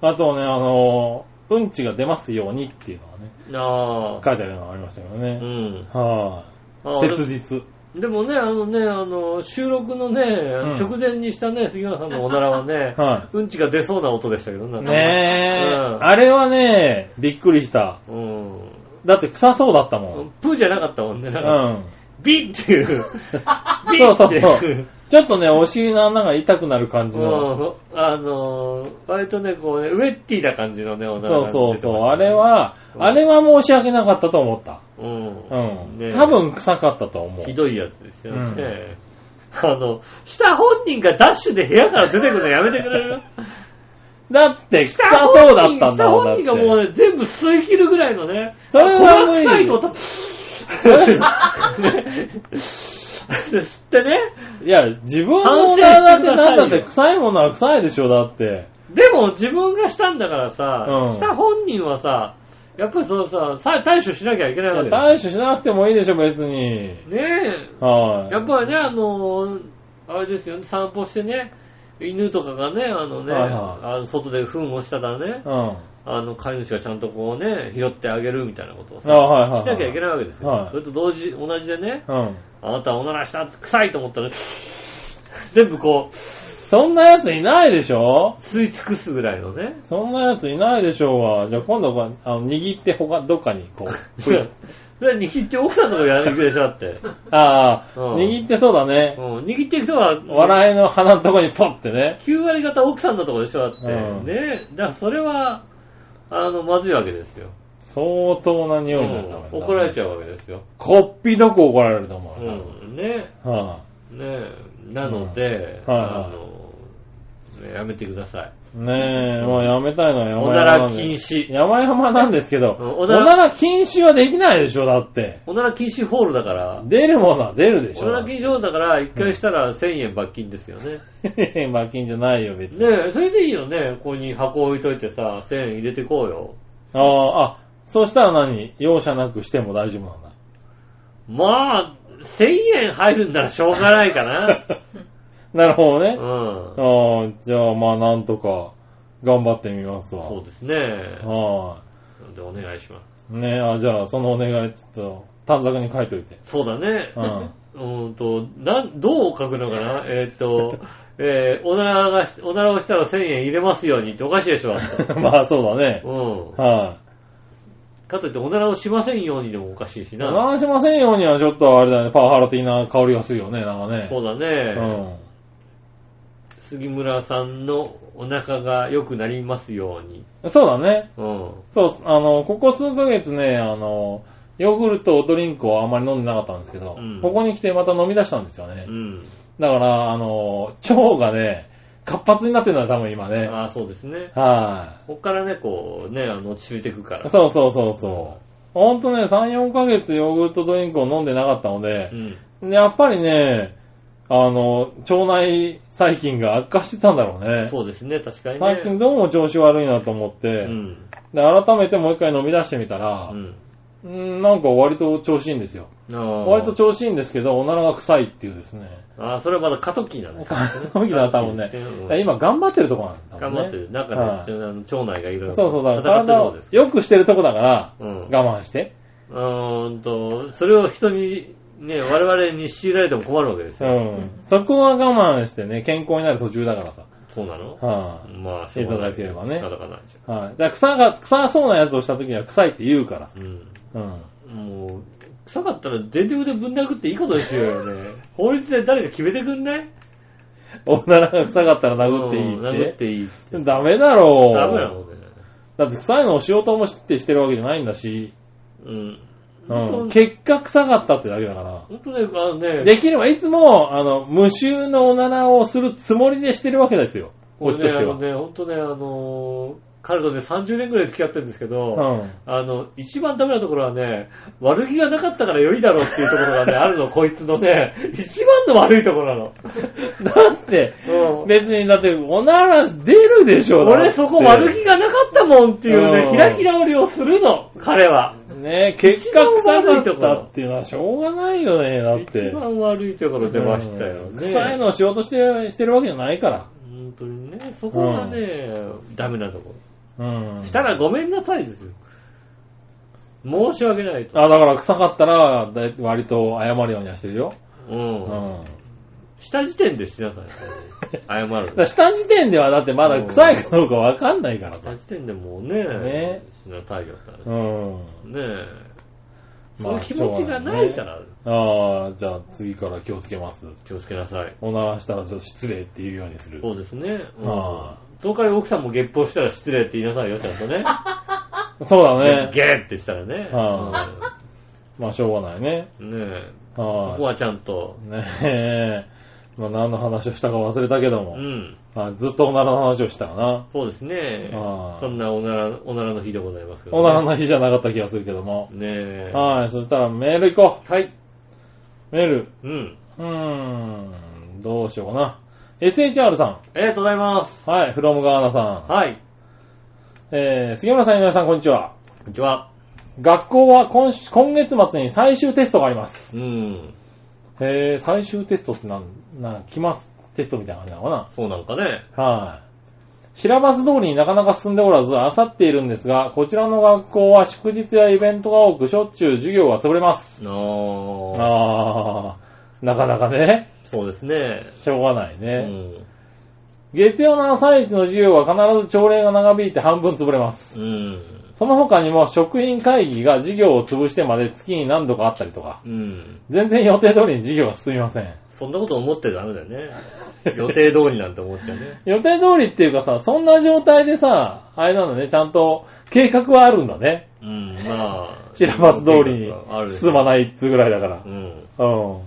C: あ。あとね、あのーうんちが出ますようにっていうのがね、
B: ああ。
C: 書いてあるのがありましたけど
B: う
C: ね。
B: ん。
C: は
B: あ
C: あ。
B: あ
C: 切実。
B: でもね、あのね、あの、収録のね、
C: ん
B: 直前にしたね、杉浦さんのおならはね、
C: は
B: うんちが出そうな音でしたけど
C: い。
B: ね。
C: ね
B: う
C: え、
B: ん
C: あれはね、びっくりした。
B: うん。
C: だって臭そうだったもん。
B: プーじゃなかったもんね、
C: う
B: なんか、
C: ん。
B: ビッって いう、ビ
C: そう
B: ッ
C: そ
B: って
C: う
B: い
C: そう
B: う。。
C: ちょっとね、お尻の穴が痛くなる感じ
B: う
C: の。
B: ん、あの割とね、こうね、ウェッティな感じのね、おなら
C: そ
B: が
C: う
B: 出て
C: そ
B: ました
C: うそう。
B: ね
C: あれ、は、
B: うん
C: あれは申し訳なかったと思った。
B: うん。
C: うん。
B: ね
C: 多分臭かったと思う。
B: ひどいやつですよね。あの、下本人がダッシュで部屋から出てくるのやめてくれ る
C: だって臭
B: 下
C: そうだったんだもん。
B: 本人が
C: だって
B: もうね、全部吸い切るぐらいのね。
C: それは無理
B: これは臭いと思ったら、ですってね。
C: いや、自分
B: 反
C: の
B: 省し
C: オー
B: てく
C: ダ
B: ださい
C: ーだっ
B: よ
C: てなんだって臭いものは臭いでしょ、だって。
B: でも自分がしたんだからさ、
C: うん
B: した本人はさ、やっぱりそのさ、さ対処しなきゃいけないわけ
C: 対処しなくてもいいでしょ、別に。
B: ね
C: は
B: え。
C: い。
B: やっぱりね、あのーあれですよね、散歩してね、犬とかがね、あのね、
C: はいは
B: あの外で糞をしたらね、
C: うん。は
B: あの、飼い主がちゃんとこうね、拾ってあげるみたいなことをさ、
C: あはいはいはい
B: しなきゃいけないわけですよ。
C: はい
B: それと同時、同じでね、
C: うん。
B: あなたはおならした、臭いと思ったら、 全部こう、
C: そんなやついないでしょ
B: 吸い尽くすぐらいのね、
C: そんなやついないでしょうが。じゃあ今度は、あの、握って他、どっかにこ う。
B: それ、握って奥さんとかやらなきゃいけないでしょ、だって。
C: あ
B: う
C: あ、
B: ん
C: 握ってそうだね。
B: うん、握っていく人は、
C: 笑いの鼻のとこにポッてね。
B: 9割方奥さんだとこでしょ、だって。
C: うん
B: ねだからそれは、あの、まずいわけですよ。
C: 相当な
B: う
C: 匂いになる
B: ん怒られちゃうわけですよ。
C: こっぴどく怒られると思
B: う
C: う。
B: ん、ね
C: は
B: ねなので、
C: うんはいはい
B: あの、ねやめてください。
C: い。ねえ、もうやめたいのはや
B: お
C: ま
B: な
C: やま
B: ら
C: なんで
B: 禁止。
C: 山々なんですけど、
B: うん
C: お
B: おなら
C: なら禁止はできないでしょ、だって。
B: おなら禁止ホールだから、
C: 出るものは出るでし
B: お
C: ょ。
B: なら禁止ホールだから、一回したら1000円罰金ですよね。
C: 止。罰金じゃないよ、別に。
B: ねそれでいいよね。ここに箱置いといてさ、1000円入れてこうよ。
C: ああ、あ、そうしたら何容赦なくしても大丈夫なんだ。
B: まあ、1000円入るんならしょうがないか な。
C: なるほど
B: う
C: ね。
B: ん。
C: ああ、じゃあまあなんとか頑張ってみますわ。
B: そうですね。
C: は
B: で、お願いします。
C: い。ねえ、あじゃあそのお願いちょっと短冊に書いといて。
B: そうだね。
C: うん。
B: うーんと、なん、どう書くのかなえーっと、えー、おならがし、おならをしたら1000円入れますようにっておかしいでしょ。だって
C: まあそうだね。
B: うん。
C: はい。
B: かといって、おならをしませんようにでもおかしいし
C: 鳴
B: な。
C: らしませんようにはちょっとあれだね、パワハラ的な香りがするよね、なんかね。
B: そうだ
C: う
B: ね、
C: ん。
B: 杉村さんのお腹が良くなりますように。
C: そうだね。
B: うん。
C: そう、あの、ここ数ヶ月ね、あの、ヨーグルトドリンクをあんまり飲んでなかったんですけど、
B: うん
C: ここに来てまた飲み出したんですよね。
B: うん。
C: だから、あの、腸がね、活発になってるんだ、多分今ね。
B: ああ、そうですね。
C: は
B: こっからね、こう、ね、あの、ついてくか
C: い。
B: ら。
C: そうそうそうそう。ほんとね、3、4ヶ月ヨーグルトドリンクを飲んでなかったので
B: う、ん。
C: でやっぱりね、あの、腸内細菌が悪化してたんだろうね。
B: そうですね、確かにね。
C: 最近どうも調子悪いなと思って、
B: うん。
C: で改めてもう一回飲み出してみたら
B: う、ん。
C: うーん、なんか割と調子いいんですよ。
B: ああ
C: 割と調子いいんですけど、おならが臭いってい うですね。
B: ああ、それはまだ過渡期なんですね。
C: 過渡期だ多分ね
B: うん
C: 今頑張ってるとこなんだ
B: 頑
C: もんね。
B: 張ってる。なんかね、
C: はい
B: ちょあの町内がいろいろ。
C: そうそう、だから
B: 戦っ
C: 体
B: て
C: を
B: るそうです。
C: 良くしてるとこだから、
B: うん。
C: 我慢して。
B: うーんと、それを人に、ね、我々に強いられても困るわけです
C: う
B: よ。
C: ん。そこは我慢してね、健康になる途中だからさ。
B: そうなの
C: は
B: まあ、
C: いただければね
B: 仕方がないじ
C: い、はい、だから草が、臭そうなやつをした時には臭いって言うからさ。
B: ゃん。
C: うん。
B: うん。もう、臭かったら全力でぶん殴っていいことにしようよね。 法律で誰か決めてくんない
C: おならが臭かったら殴っていい
B: うん
C: って。
B: 殴っていいって。
C: ダメだろう。
B: ダメなのね。
C: だって臭いのをしようともってしてるわけじゃないんだし、
B: うん。
C: うん、
B: 本当
C: 結果臭かったってだけだから。
B: 本当ね、あのね、
C: できればいつも、あの、無臭のおならをするつもりでしてるわけですよ。こ
B: こ
C: っち
B: れね、あ
C: として
B: の
C: は。
B: ね、ほんとね、あのー彼とね、30年ぐらい付き合ってるんですけど、
C: うん。
B: あの、一番ダメなところはね、悪気がなかったからよりだろうっていうところが ね、あるの、こいつのね、一番の悪いところ
C: だって、
B: なの。うん。
C: 別にだって、おなら出るでしょ。だ
B: 俺
C: って
B: そこ悪気がなかったもんっていう
C: う
B: ね、
C: ん
B: 開き直りをするの、彼は。
C: ね結果臭
B: 一番
C: か
B: 悪い
C: っ
B: ところ
C: たっていうのはしょうがないよね、だっ
B: 一
C: て。
B: 番悪いところ出ましたよ
C: うん
B: ね。
C: 臭いのをしようとしてしてるわけじゃないから。
B: 本当にね、そこがね、ダメなとこ
C: うん。
B: ろ。したらごめんなさいですよ。申し訳ないと。
C: あ、だから臭かったら、だい割と謝るようにはしてるよ。
B: う。
C: うんん。
B: した時点でしなさい。謝
C: だ
B: る
C: か。らした時点ではだってまだ臭いかどうかわかんないから
B: した
C: さ。
B: 時点でもうね、
C: ね
B: しなさいよったら
C: うん。
B: ねえ。そう
C: ま
B: いう
C: あ
B: 気持ちがないか。ら、
C: しょうがないねああ、じゃあ次から気をつけます。
B: 気をつけなさい。
C: おならしたらちょっと失礼って言うようにする。
B: そうですね。うん。
C: あ
B: その代わり奥さんもゲップをしたら失礼って言いなさいよ、ちゃんとね。
C: そうだ ね。
B: ゲーってしたらね。
C: はまあしょうがないね。
B: うんねえ。そこ
C: は
B: はちゃんと。
C: い。ねえ。まあ何の話をしたか忘れたけど
B: う
C: も。
B: ん。
C: あずっとおならの話をしたかな。
B: そうですね
C: あ。ー
B: そんなおなら、おならの日でございますけど、
C: おならの日じゃなかった気がするけども。
B: ねえ。
C: はい、そしたらメール行こ
B: はい。
C: う。メール。
B: うん。
C: ううーん、どうしようかな。SHR さ
B: ありがとうございます。
C: ん。はい、フロムガーナさん。
B: はい。
C: えー、杉村さん、井上さん、こんにちは。
B: こんにちは。
C: 学校は今し今月末に最終テストがあります。
B: うん。
C: へー、最終テストってなん、なん、期末テストみたいな感じなのかな
B: そうなんかね。
C: はい。シラバス通りになかなか進んでおらず、あさっているんですが、こちらの学校は祝日やイベントが多く、しょっちゅう授業が潰れます。
B: あー。
C: あー、なかなかね、
B: そうですね。
C: しょうがないうね。
B: ん。
C: 月曜の朝一の授業は必ず朝礼が長引いて半分潰れます。
B: うん。
C: その他にも職員会議が授業を潰してまで月に何度かあったりとか、
B: うん。
C: 全然予定通りに授業が進みません。
B: そんなこと思ってダメだよね。予定通りなんて思っちゃうね。
C: 予定通りっていうかさ、そんな状態でさ、あれなんだね、ちゃんと計画はあるんだね。
B: うん、 まあ。
C: シラバス通りに進ま
B: い。
C: ないっつうぐらいだから
B: う。ん。
C: うん。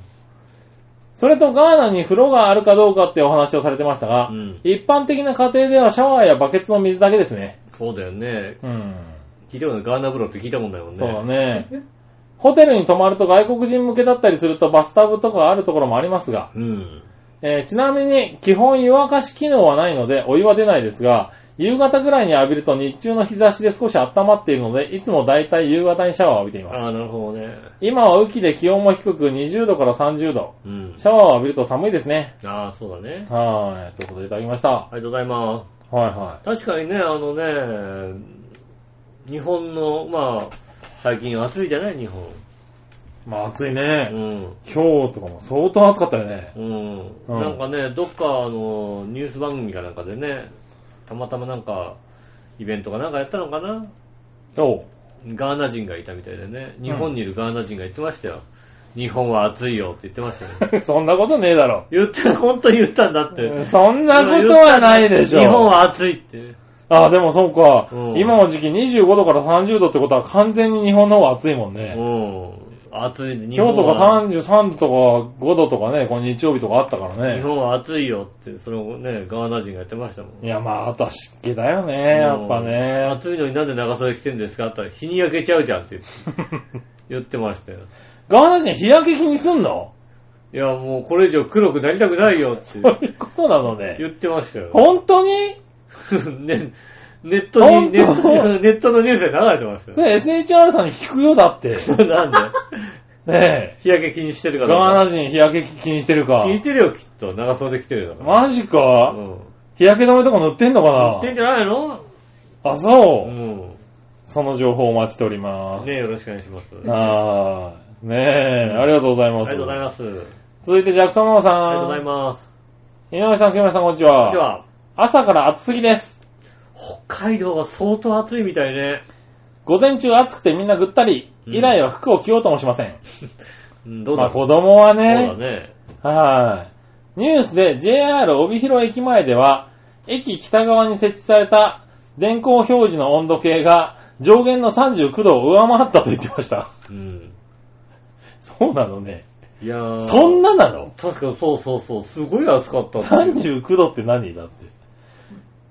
C: それとガーナに風呂があるかどうかってお話をされてましたが、
B: うん
C: 一般的な家庭ではシャワーやバケツの水だけですね。
B: そうだよね。
C: うん。
B: 聞いたことないガーナ風呂って聞いたもんだよね。
C: そうだね。ホテルに泊まると外国人向けだったりするとバスタブとかあるところもありますが、
B: うん。
C: えーちなみに基本湯沸かし機能はないのでお湯は出ないですが、夕方ぐらいに浴びると日中の日差しで少し温まっているので、いつもだいたい夕方にシャワーを浴びています。
B: ああ、なるほどね。
C: 今は雨季で気温も低く20度から30度。
B: うん
C: シ。ャワーを浴びると寒いですね。
B: ああ、そうだね。
C: はーい。ということでいただきました。は
B: ありがとうございま
C: いは
B: す。確かにね、あのね、日本の、まあ、最近暑いじゃない日本。
C: い。まあ暑いうね。
B: ん。
C: 今日とかも相当暑かったよね。
B: うん。
C: うん
B: なんかね、どっか、あの、ニュース番組かなんかでね、たまたまなんか、イベントかなんかやったのかな
C: そう。
B: ガーナ人がいたみたいでね、日本にいるガーナ人が言ってましたよ。日本は暑いよって言ってました よ。
C: そんなことねえだろ。
B: 言って、本当に言ったんだって。
C: そんなことはないでしょ。
B: 日本。は暑いって。
C: あ、でもそうか。
B: うん
C: 今の時期25度から30度ってことは完全に日本の方が暑いもんね。
B: うん。暑いね、日
C: 今
B: 本
C: 日と
B: は。
C: か33度とか5度とかね、この日曜日とかあったから
B: 日
C: ね。
B: 本は暑いよって、そのね、ガーナ人がやってましたもん。
C: いや、まあ、あとは湿気だよね、やっぱ
B: うん
C: ね。
B: 暑いのになんで長袖着てんですかって言ったら、日に焼けちゃうじゃんって言って言ってましたよ。
C: ガーナ人日焼け気にすんの
B: いや、もうこれ以上黒くなりたくないよって
C: そういうことなのね。
B: 言ってましたよ。
C: 本当に
B: ねネットに、
C: 本当
B: ネットにネットのニュースで流れてました
C: それ SHR さんに聞くよ、だって。
B: よ。なんで
C: ねえ。
B: 日焼け気にしてるか
C: ガー
B: ら。
C: ナ人日焼け気にしてるか
B: 聞。いてるよ、きっと。長袖着てるよ。だから
C: マジか、
B: うん。
C: 日焼け止めとか塗ってんの
B: 言
C: か
B: ってんじゃないの
C: なあ、そうう、
B: ん。
C: その情報をお待ちしております。
B: ねよろしくお願いします。
C: あー、ねえ、ありがとうござい
B: あ
C: ま
B: り
C: す。
B: がとうございます。あり
C: 続いて、ジャクソンママさん。
B: がとうございます。
C: 井上さん、木村さん、こんにちは。
B: こんにちは。
C: 朝から暑すぎです。
B: 北海道は相当暑いみたいね。
C: 午前中暑くてみんなぐったり、
B: うん
C: 以来は服を着ようともしません。
B: うん、どう
C: ま
B: だ
C: あ、
B: ろう。
C: 子供は
B: そうだ
C: ね、
B: ね。
C: はい。ニュースで JR 帯広駅前では、駅北側に設置された電光表示の温度計が上限の39度を上回ったと言ってました。
B: うん。
C: そうなのね。
B: いやー。
C: そんななの
B: 確かにそうそうそう。すごい暑かったっていう
C: ?39 度って何だって。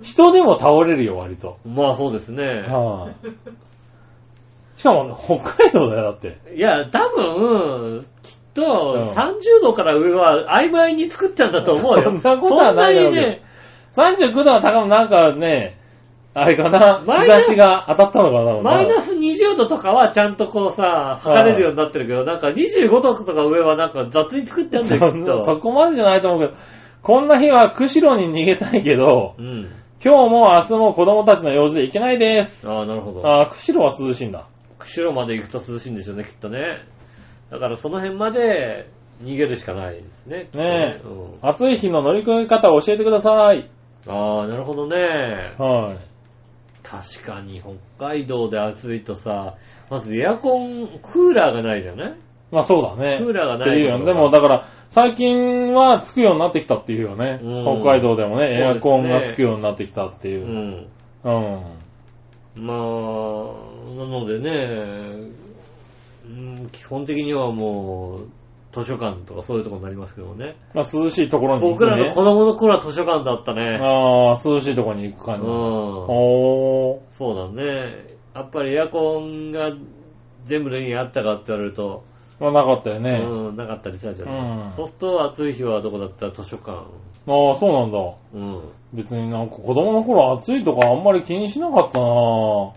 C: 人でも倒れるよ、割と。
B: まあそうですね。
C: はいしかも、北海道だよ、だって。
B: いや、多分、きっ
C: うん
B: と、30度から上は曖昧に作ったんだと思うよ。
C: そんなことはないだ
B: そ
C: ろ
B: ん
C: う
B: な
C: け
B: にね、
C: ど39度は高め、なんかね、あれかな、
B: マイ
C: 日
B: ナ
C: 差
B: ス
C: しが当たったのかな。
B: マイナス20度とかはちゃんとこうさ、測れるようになってるけど、なんか25度とか上はなんか雑に作ってあるんだよ、
C: そ
B: きっ
C: んな そ
B: と。
C: こまでじゃないと思うけど、こんな日は釧路に逃げたいけど、
B: うん。
C: 今日も明日も子供たちの用事で行けないです。
B: ああ、なるほど。
C: あー、釧路は涼しいんだ。
B: 釧路まで行くと涼しいんでしょうね、きっとね。だからその辺まで逃げるしかないですね。きっと
C: ねえ
B: うん
C: 暑い日の乗り越え方を教えてください。
B: ああ、なるほどね。
C: はい。
B: 確かに北海道で暑いとさ、まずエアコン、クーラーがないじゃない
C: まあそうだね。
B: クーラーがない
C: っていうよね。でもだから、最近はつくようになってきたっていうよね。
B: うん
C: 北海道でもね、エアコン
B: そう
C: が
B: ですね
C: つくようになってきたっていうう。
B: ん。
C: うん。
B: まあ、なのでね、うん、基本的にはもう、図書館とかそういうとこになりますけどもね。
C: まあ涼しいところに行
B: 僕
C: く、ね。
B: らの子供の頃は図書館だったね。
C: ああ、涼しいところに行く
B: う
C: 感じ。
B: ん。
C: おー。
B: そうだね。やっぱりエアコンが全部の家にあったかって言われると、
C: まあなかったよね。
B: うん、なかったりしたじゃ
C: うん
B: ん。そうすると暑い日はどこだったら図書館。
C: ああ、そうなんだ。
B: うん。
C: 別になんか子供の頃暑いとかあんまり気にしなかったなぁ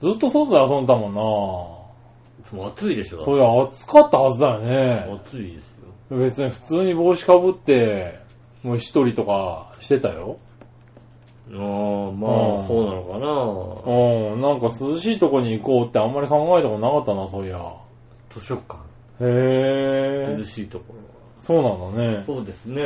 C: ずっと外で遊んでたも
B: もう暑いでし
C: んなぁそう
B: ょ。
C: いや、暑かったはずだよね。
B: 暑いですよ。
C: 別に普通に帽子かぶって、もう一人とかしてたよ。
B: ああ、
C: う
B: ま
C: ん
B: あ、そうなのかな。
C: うん、なんか涼しいとこに行こうってあんまり考えたことなかったな、そういや。
B: 図書館。
C: へ
B: 涼
C: ぇ
B: しいとこ
C: そうなんだ
B: ろ。
C: ね。
B: そうですね。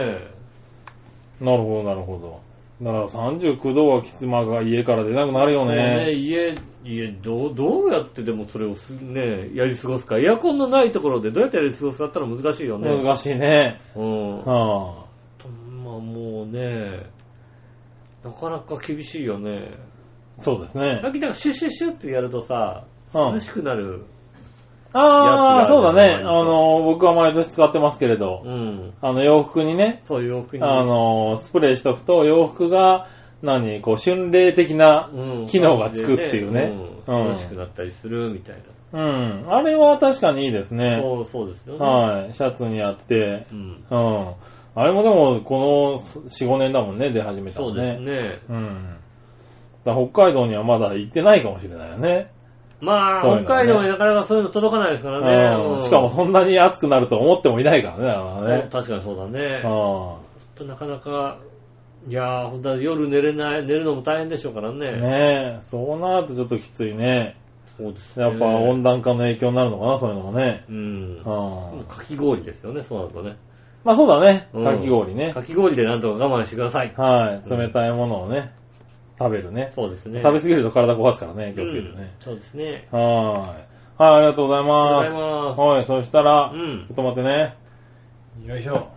C: なるほど、なるほど。だから39度はきつまが家から出なくなるよ
B: そうね、
C: ね。
B: 家、家、どう、どうやってでもそれをすね、やり過ごすか。エアコンのないところでどうやってやり過ごすかってのは難しいよね。
C: 難しいね。
B: うん。
C: はあ、
B: とまあもうね、なかなか厳しいよね。
C: そうですね
B: さ。っきなんかシュッシュッシュってやるとさ、
C: うん
B: 涼しくなる。
C: あ
B: や
C: あ、
B: つ
C: そう
B: が
C: だ
B: ある
C: ね。あ
B: の
C: の、僕は毎年使ってますけれ
B: う
C: ど、
B: ん。
C: あの、洋服にね、
B: そういう奥に。
C: あの、スプレーしとくと、洋服が、何、こう、春麗的な、
B: うん、
C: 機能がつくっていうね
B: うん
C: うん
B: 涼しくなったりするみたい
C: うん、あれは確かにいいです
B: な。
C: ね。
B: そうそうですよね。
C: はい、シャツにあって
B: う、ん。
C: うん。あれもでも、この4、5年だもんね、出始めた
B: そ
C: の
B: う
C: ね。
B: ですね。
C: うん。だから北海道にはまだ行ってないかもしれないよね。
B: まあ、
C: そういうのね
B: 北海道になかなかそういうの届かないですからね。う
C: う。
B: んん
C: しかもそんなに暑くなると思ってもいないからね、だ
B: そう
C: からね。
B: 確かにそうだね。
C: う
B: ちょ
C: ん。
B: っとなかなか、いやー、ほんとは夜寝れない、寝るのも大変でしょうからね。
C: ねえ、そうなるとちょっときついね。
B: そうですね。
C: やっぱ温暖化の影響になるのかな、そういうのもね。
B: うん。
C: う。
B: もうんかき氷ですよね、そうなるとね。
C: まあそうだね、
B: うん
C: かき氷ね。
B: かき氷でなんとか我慢してください。
C: はい、冷たいものをね、食べるね。
B: そうですね。
C: 食べ過ぎると体壊すからね、気をつけ
B: う
C: て
B: ん
C: ね。
B: そうですね。
C: はーい。はい、ありがとうござい
B: あ
C: ま
B: りがとうござい
C: す。
B: ま
C: はい、そしたら、
B: す。う
C: ちょ
B: ん
C: っ。と待ってね。
B: よいしょ。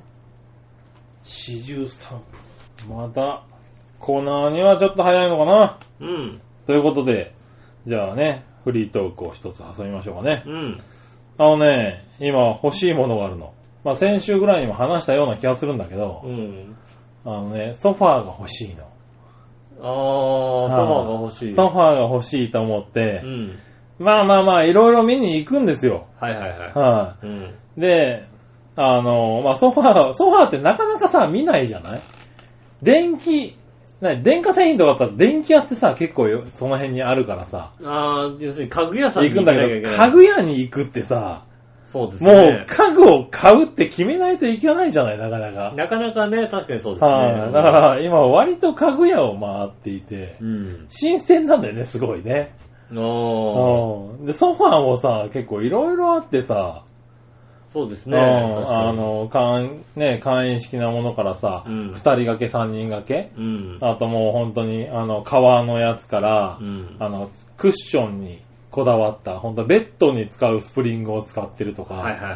C: 四十三分。また、コーナーにはちょっと早いのかな。
B: うん。
C: ということで、じゃあね、フリートークを一つ挟みましょうかね。
B: うん。
C: あのね、今欲しいものがあるの。まあ、先週ぐらいにも話したような気がするんだけど、
B: うん。
C: あのね、ソファーが欲しいの。
B: あー、ソファーが欲しい。
C: ソファーが欲しいと思っ
B: う
C: て、
B: ん。
C: まあまあまあ、いろいろ見に行くんですよ。
B: はいはいは。
C: はい
B: うん。
C: い。で、あの、まあ、ソファー、ソファーってなかなかさ、見ないじゃない電気、な電化製品とかだったら電気屋ってさ、結構よその辺にあるからさ、
B: あー、要するに家具屋さん
C: 行くんだけど、家
B: 具
C: 具屋に行くってさ、
B: そうです
C: もう
B: ね。
C: 家具を買うって決めないといけないじゃない、なかなか。
B: なかなかね、確かにそうですね。
C: はい。だから、今割と家具屋を回っていて
B: う、ん。
C: 新鮮なんだよね、すごいね。
B: あー、
C: うん。で、ソファーもさ、結構いろいろあってさ、
B: そうです
C: うん。
B: ね。確かに
C: あ、の、簡ね、簡易式なものからさ、
B: う
C: 二、
B: ん
C: 人掛け、三人掛け、
B: うん。
C: あともう本当に、あの、革のやつから、
B: うん。
C: あの、クッションにこだわった、本当ベッドに使うスプリングを使ってるとか、
B: はいはいは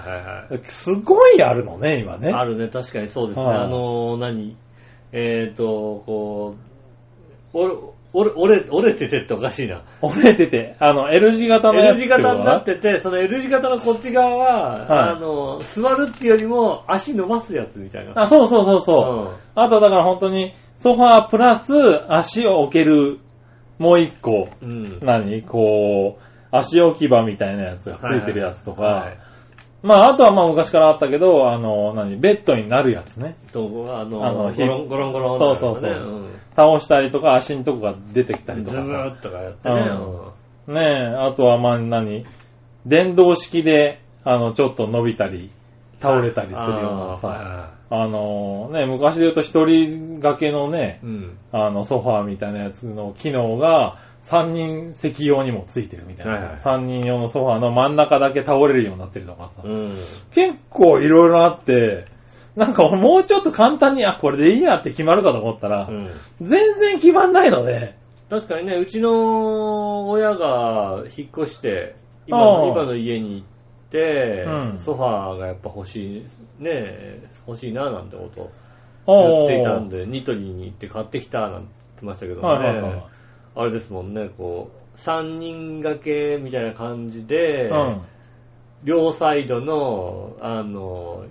B: いはい。
C: すごいあるのね、今ね。
B: あるね、確かにそうですね。
C: はい
B: あのー、何えっ、ー、と、こう、折れ、折れ、折れ折れててっておかしいな。
C: 折れてて、あの、L 字型のや
B: L
C: つ
B: 字
C: てこと
B: 型
C: か
B: になってて、その L 字型のこっち側は、
C: はい
B: あのー、座るっていうよりも足伸ばすやつみたいな。
C: あ、そうそうそうそう。
B: うん
C: あとだから本当に、ソファープラス足を置ける、もう一個、
B: うん。
C: 何こう、足置き場みたいなやつがついてるやつとか、
B: はい
C: まああとはまあ昔からあったけど、あの、何ベッドになるやつね。
B: とあのー、
C: あのひ
B: ゴロンゴロンゴロン、
C: そうそうそう倒したりとか足のとこが出てきた
B: ん、
C: りと
B: ズ
C: か
B: ブ
C: さ。
B: ーっとかやってね。
C: うんねえ、あとはまあ何電動式で、あの、ちょっと伸びたり、倒れたりするような
B: あーはい
C: さ。
B: は
C: あのね、昔で言うと一人掛けのね
B: い、うん。
C: あの、ソファーみたいなやつの機能が、3人席用にもついてるみたい
B: はいは
C: な。
B: い
C: 三3人用のソファーの真ん中だけ倒れるようになってるとかさ。
B: うん。
C: 結構いろいろあって、なんかもうちょっと簡単に、あ、これでいいやって決まるかと思ったら、
B: うん
C: 全然決まんないのね。
B: 確かにね、うちの親が引っ越して、今
C: ああ
B: の今の家に行って、
C: うん
B: ソファーがやっぱ欲しい、ね、欲しいななんてことを言
C: お
B: っていたん
C: ー
B: で、ニトリに行って買ってきたなんて言ってましたけども
C: はい
B: ね、
C: はいはい
B: あれですもんね、こう、三人掛けみたいな感じで、
C: うん。
B: 両サイドの、あの、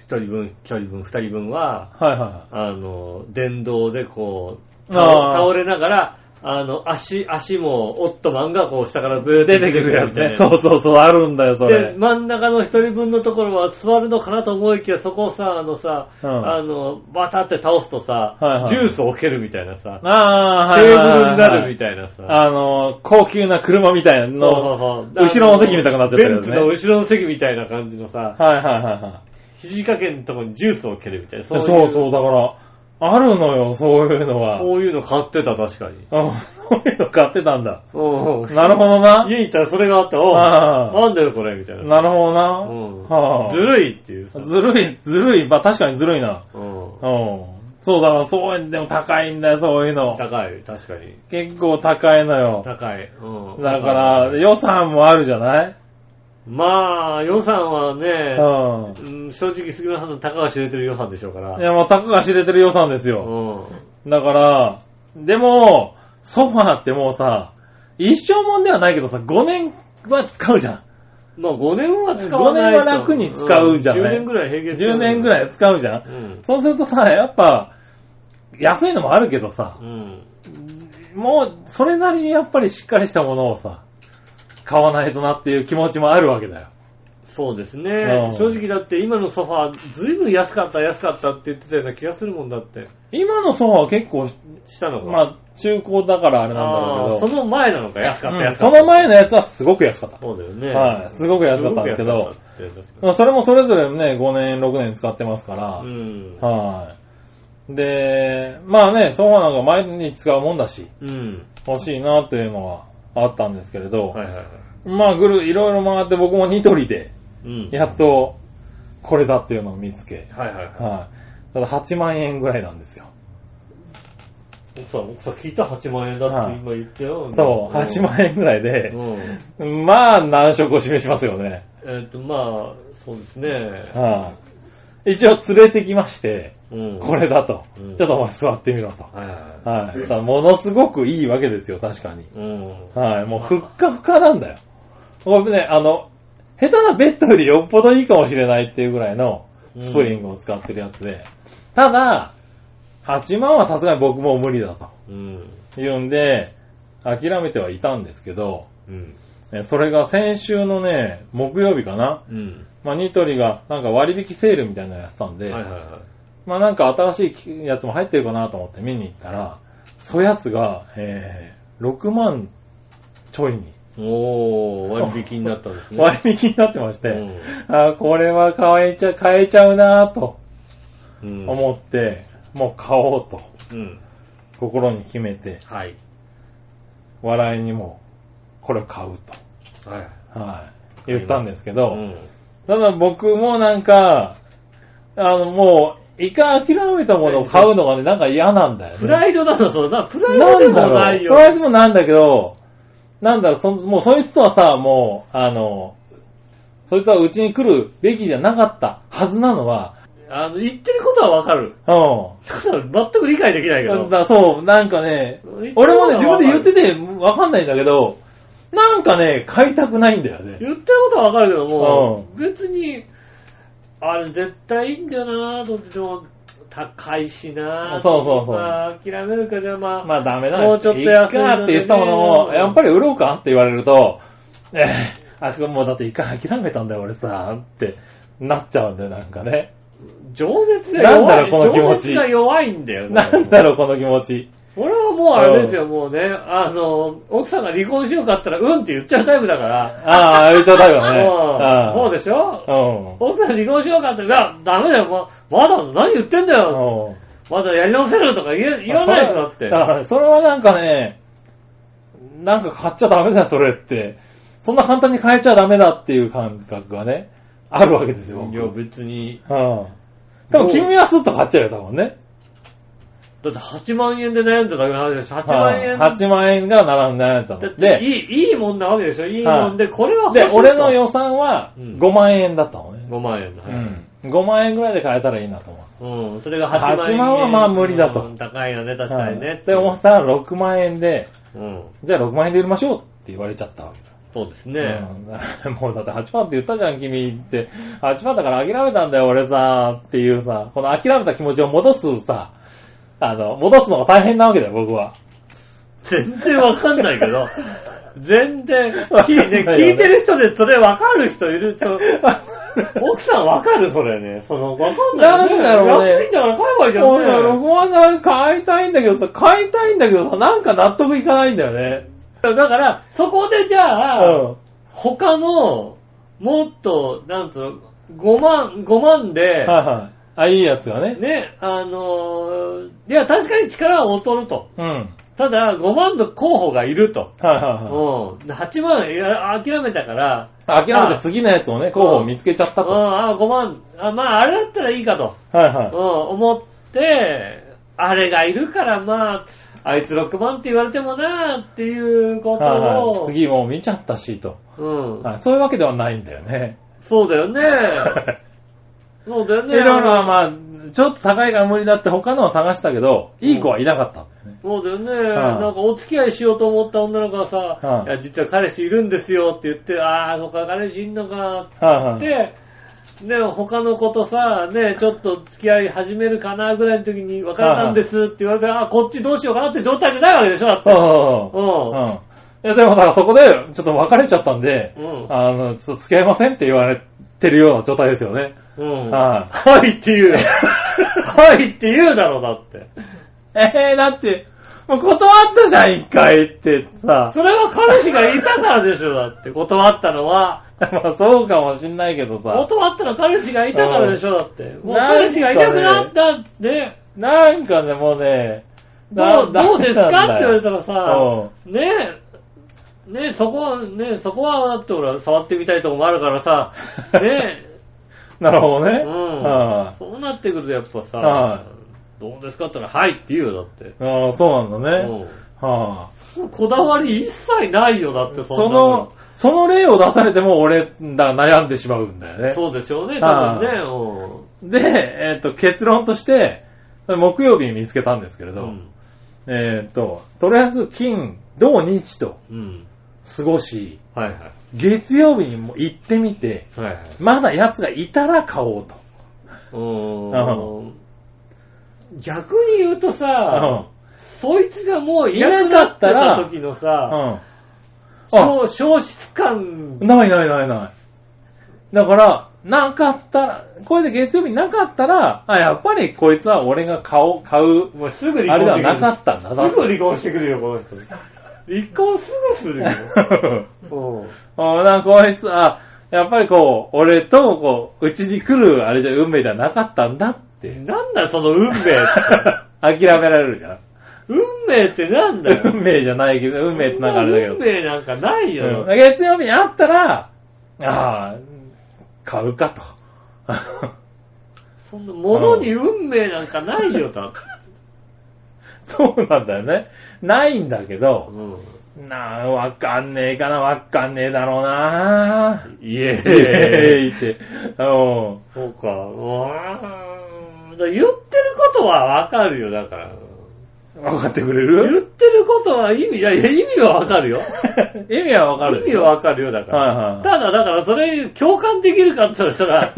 B: 一人分、一人分、二人分は、
C: はいはいはい。
B: あの、電動でこう、
C: あー
B: 倒倒れながらあの、足、足も、オットマンがこう下からずーっと出てくるやつね。
C: そうそうそう、あるんだよ、そ
B: で、
C: れ。
B: 真ん中の一人分のところは座るのかなと思いきや、そこをさ、あのさ、
C: うん
B: あの、バタって倒すとさ、
C: はいはい
B: ジュースを置けるみたいなさ、
C: ああ、
B: テ
C: はい
B: ー
C: はいはい
B: ブ
C: は
B: ル
C: い。
B: になるみたいなさ、
C: あの、高級な車みたいなの。
B: そう
C: 後ろの席みたくなっちゃってる
B: ベ
C: や
B: ン
C: つ
B: ツ
C: ね
B: の後ろの席みたいな感じのさ、
C: はいはいはいはい。
B: 肘掛けのところにジュースを置けるみたいな、
C: そう
B: い
C: そうだから、あるのよ、そういうのは。うん
B: こういうの買ってた、確かに。
C: そういうの買ってたんだ。
B: うん
C: なるほどな。
B: 家にいたらそれがあったら、お
C: あ
B: なんだよこれ、みたい
C: あ
B: な。
C: なるほどな。
B: うん
C: はあ
B: ずるいっていうさ。
C: ずるい、ずるい。まあ確かにずるいな。
B: うん
C: うん。そうだから、そうやんでも高いんだよ、そういうの。
B: 高い、確かに。
C: 結構高いのよ。
B: 高い。うん。
C: だから、
B: 高い
C: 予算もあるじゃない
B: まあ、予算は
C: う
B: ね、
C: ん。
B: うん、正直杉村さんの高が知れてる予算でしょうから。
C: いや、もうタクが知れてる予算です
B: う
C: よ。
B: ん。
C: だから、でも、ソファーってもうさ、一生もんではないけどさ、5年は使うじゃん。
B: まあ5年は使わないと。
C: 5年は楽に使うじゃない
B: ん10年ぐらい平均
C: 10年ぐ
B: い。
C: らい使うじゃん。
B: うん。
C: そうするとさ、やっぱ、安いのもあるけどさ
B: う、ん。
C: もう、それなりにやっぱりしっかりしたものをさ、買わないとなっていう気持ちもあるわけだよ。
B: そうです
C: う
B: ね
C: ん。
B: 正直だって今のソファー、ずいぶん安かった、安かったって言ってたような気がするもんだって。
C: 今のソファーは結構、
B: したのか。
C: まあ、中古だからあれなん
B: あ
C: だろ
B: ー
C: うけ
B: そ
C: ど、
B: の前なのか、安かった、
C: うん
B: 安か
C: そ
B: った。
C: の前のやつはすごく安かった。
B: そうだよね。
C: はいすごく安かったんですけど
B: すごく安かったって確か
C: まあそれもそれぞれね、5年、6年使ってますから、
B: にうん。
C: はい。で、まあね、ソファーなんか毎日使うもんだし、
B: うん。
C: 欲しいなっていうのはあったんですけれど、
B: はいはいはい。
C: まあぐる、いろいろ回って僕もニトリで、
B: うん。
C: やっと、これだっていうのを見つけ、
B: はいはいは
C: はい。ただ8万円ぐらいなんですよ。
B: い。奥さん、奥さん聞いた8万円だって今言ってよ。
C: そう、
B: ん
C: 8万円ぐらいで、
B: うん。
C: まあ難色を示しますよね。
B: えっと、まあ、そうですね。
C: はい。一応連れてきまして、
B: うん。
C: こ。れだと。
B: うん
C: ちょっとお前座ってみろと。
B: はいは
C: はい。ただものすごくいいわけですよ、確かに。
B: い。うん。
C: はい、もうふっかふかなんだよ。これね、あの、下手なベッドよりよっぽどいいかもしれないっていうぐらいのスプリングを使ってるやつで、ただ、8万はさすがに僕もう無理だと
B: うん。
C: 言うんで、諦めてはいたんですけど、
B: うん。
C: えそれが先週のね、木曜日かな、
B: うん。
C: まあ、ニトリがなんか割引セールみたいなのやってたん
B: はい
C: で、
B: はいは
C: まあなんか新しいやつも入ってるかなと思って見に行ったら、そういうやつが、えー、6万ちょいに
B: い。おー、割引になったんですね。
C: 割引になってまして、
B: うん
C: あーこれは買えちゃ、買えちゃうなぁと
B: うん。
C: 思って、もう買おうと
B: うん。
C: 心に決めて、
B: はい。
C: 笑いにもこれを買うと、
B: はい。
C: はい、言ったんですけ
B: う
C: ど、
B: ん。
C: ただ僕もなんか、あのもう、一回諦めたものを買うのがね、なんか嫌なんだよね。
B: プライドだな、そうだ。プライド
C: な
B: で
C: ん
B: も
C: だ
B: な
C: ろう。
B: い
C: プ
B: よ。
C: ライドもなんだけど、なんだろう、そのもうそいつとはさ、もう、あの、そいつはうちに来るべきじゃなかったはずなのは、
B: あの、言ってることはわかる。
C: うん。
B: ただ全く理解できないけど。
C: だそう、なんかね、俺もね、自分で言っててわかんないんだけど、なんかね、買いたくないんだよね。
B: 言ってることはわかるけども、別に、あれ絶対いいんだよなぁ、どっちでも高いしなぁ。
C: そうそうそう
B: まあ、諦めるかじゃあまあ、
C: まあダメだ
B: もうちょっと安い
C: いっ
B: のでね
C: かって言ってたものを、やっぱり売ろうかって言われると、えー、あそこもうだって一回諦めたんだよ俺さ、ってなっちゃうんだよ、なんかね。
B: 情熱が弱い。
C: なんだろうこの気持ち
B: 情熱が弱いんだよ
C: なんだろう、この気持ち。
B: 俺はもうあれですよ、もうね、あの、奥さんが離婚しようかったら、うんって言っちゃうタイプだから。
C: ああ、言っちゃったよね。
B: もう、そう
C: で
B: でしょ
C: う
B: 奥さん離婚しようかったら、いやダメだよ、もうまだ何言ってんだよ。
C: ん。うん。
B: まだやり直せるとか言え言わないでしょ、だって。
C: だから、それはなんかね、なんか買っちゃダメだよ、それって。そんな簡単に買えちゃダメだっていう感覚がね、あるわけですよ。
B: いや、別に。
C: うん。多分君はスッと買っちゃうよ、多分ね。
B: だって8万円で悩んだだけの話でしょ。8万円
C: はい8万円が並んでた
B: だ
C: の
B: っ。て
C: で、
B: いい、いいもんなわけでしょ。いいもんで、これは欲しい
C: で、
B: と
C: 俺の予算は
B: うん
C: 5万円だったのね。
B: 5万円だ。
C: う
B: はい
C: ん。5万円ぐらいで買えたらいいなと思う。
B: うん。それが8万円。
C: 8万はまあ無理だと
B: うん高いよね、確かに
C: はい
B: ね。
C: って思ったら6万円で、
B: うん。
C: じゃあ6万円で売りましょうって言われちゃったわけだ。
B: そうですね。
C: うん、 もうだって8万って言ったじゃん、君って。8万だから諦めたんだよ、俺さ、っていうさ、この諦めた気持ちを戻すさ、あの、戻すのが大変なわけだよ、僕は。
B: 全然わかんないけど、全然、
C: わか
B: 聞い
C: んない
B: ね
C: よね
B: 聞い てる 人でそれわかる人いると、奥さんわかるそれね。その、わかんないよ、
C: なんだろうね
B: 安いんだから買えばいいじゃ
C: そうだろ、
B: んね。
C: ロはさん買いたいんだけどさ、買いたいんだけどさ、なんか納得いかないんだよね。
B: だから、そこでじ
C: う
B: ゃあ、
C: ん。
B: 他の、もっと、なんと、5万、5万で、
C: はいはい。あ、いいやつがね。
B: ね、あのーいや、確かに力は劣ると。
C: うん。はい
B: ただ、5万の候補がいると。
C: は
B: うん。8万、いや、諦めたから、
C: いはい。諦めて次のやつをね、候補を見つけちゃった
B: う
C: と。
B: ん、
C: は
B: あ、5万、あ、まあ、あれだったらいいかと、う
C: い
B: ん、
C: は
B: 思って、あれがいるから、まあ、あいつ6万って言われてもなっていうこ
C: い。はい
B: と
C: は
B: を、
C: い、次もう見ちゃったしと、
B: うん、
C: はい。そういうわけではないんだよね。
B: そうだよ ね。そうだよ
C: い
B: ね。
C: ろいろまあまあ、ちょっと高いから無理だって他のを探したけど、いい子はいなかったんだよね。
B: そうだよね、
C: い
B: なんかお付き合いしようと思った女の子がさ、
C: はい
B: い、や、実は彼氏いるんですよって言って、ああ、そっか、彼氏いんのか
C: はいは
B: っ
C: い。
B: て、ね、他の子とさ、ね、ちょっと付き合い始めるかなぐらいの時に別れたんですって言われて、ああ、こっちどうしようかなって状態じゃないわけでしょ、だって。
C: そうそう
B: う
C: そう。うん。
B: ん。
C: いや、でもだからそこで、ちょっと別れちゃったんで、
B: うん
C: あの、ちょっと付き合いませんって言われてるような状態ですよね。
B: うん。
C: は
B: はいって言う。はいって言うだろう、だって。
C: い。 えー、だって、もう断ったじゃん、一回ってさ。
B: それは彼氏がいたからでしょ、だって。断ったのは。
C: まあ、そうかもしんないけどさ。
B: 元あったら彼氏がいたからでしょ、だって。もう
C: なんかね
B: 彼氏がいなくなったって、
C: なんかね、もうね、な
B: どうどうですかって言われたらさ
C: う、
B: ねえ、ねえ、そこは、ねえ、そこは、だってほら、触ってみたいとこもあるから さ、ねえ、
C: なるほどね。
B: う
C: は
B: ん。そうなってくるとやっぱ
C: は
B: さ、どうですかって言ったら、はいって言うよ、だって。
C: いああ、そうなんだね。
B: う
C: はあ、
B: んこだわり一切ないよ、だって、そ
C: そ
B: んなもの
C: の、その例を出されても俺、だ悩んでしまうんだよね。
B: そうでしょうね、多
C: は
B: 分
C: い
B: ね。うん
C: で、えっ、と、結論として、木曜日に見つけたんですけれ
B: う
C: ど、
B: ん。
C: えっ、と、とりあえず金、土日と
B: うん。
C: 過ごし、
B: はいは
C: 月曜日にも行ってみて、
B: い。はいはい。
C: まだ奴がいたら買おうと。
B: うーん逆に言うとさ、そいつがもういなくなってた時のさ、
C: う
B: 消消失感
C: ん。、ないないないない。だから、なかったら、これで月曜日なかったら、あ、やっぱりこいつは俺が買おう、買う、
B: もうすぐ離
C: あれで
B: 婚
C: は
B: できる
C: なかったんだ
B: す
C: な。
B: ぐ離婚してくるよ、この人。離婚すぐする よ。うん
C: おなんかこいつ、あ、やっぱりこう、俺と、こう、うちに来る、あれじゃ、運命ではなかったんだって、
B: なんだよその運命って。
C: 諦められるじゃん。
B: 運命ってなんだよ。
C: 運命じゃないけど、運命つながるだけど
B: 運。命なんかないよ。
C: うん月曜日に会ったら、ああ、買うかと。
B: そんなものに運命なんかないよ、 多
C: そうなんだよね。ないんだけど、
B: 分。うん
C: なあ、わかんねえかな、わかんねえだろうな。
B: イエ
C: え
B: ーイ。
C: えって。うん
B: そうか、うーん。だから言ってることはわかるよ、だから。
C: わかってくれ
B: 言っ
C: る
B: てることは意味、いや、いや意味はわかるよ。
C: 意味はわかる。
B: 意味はわかるよ、だから。
C: はいはい
B: ただ、だから、それ、共感できるかって言ったら、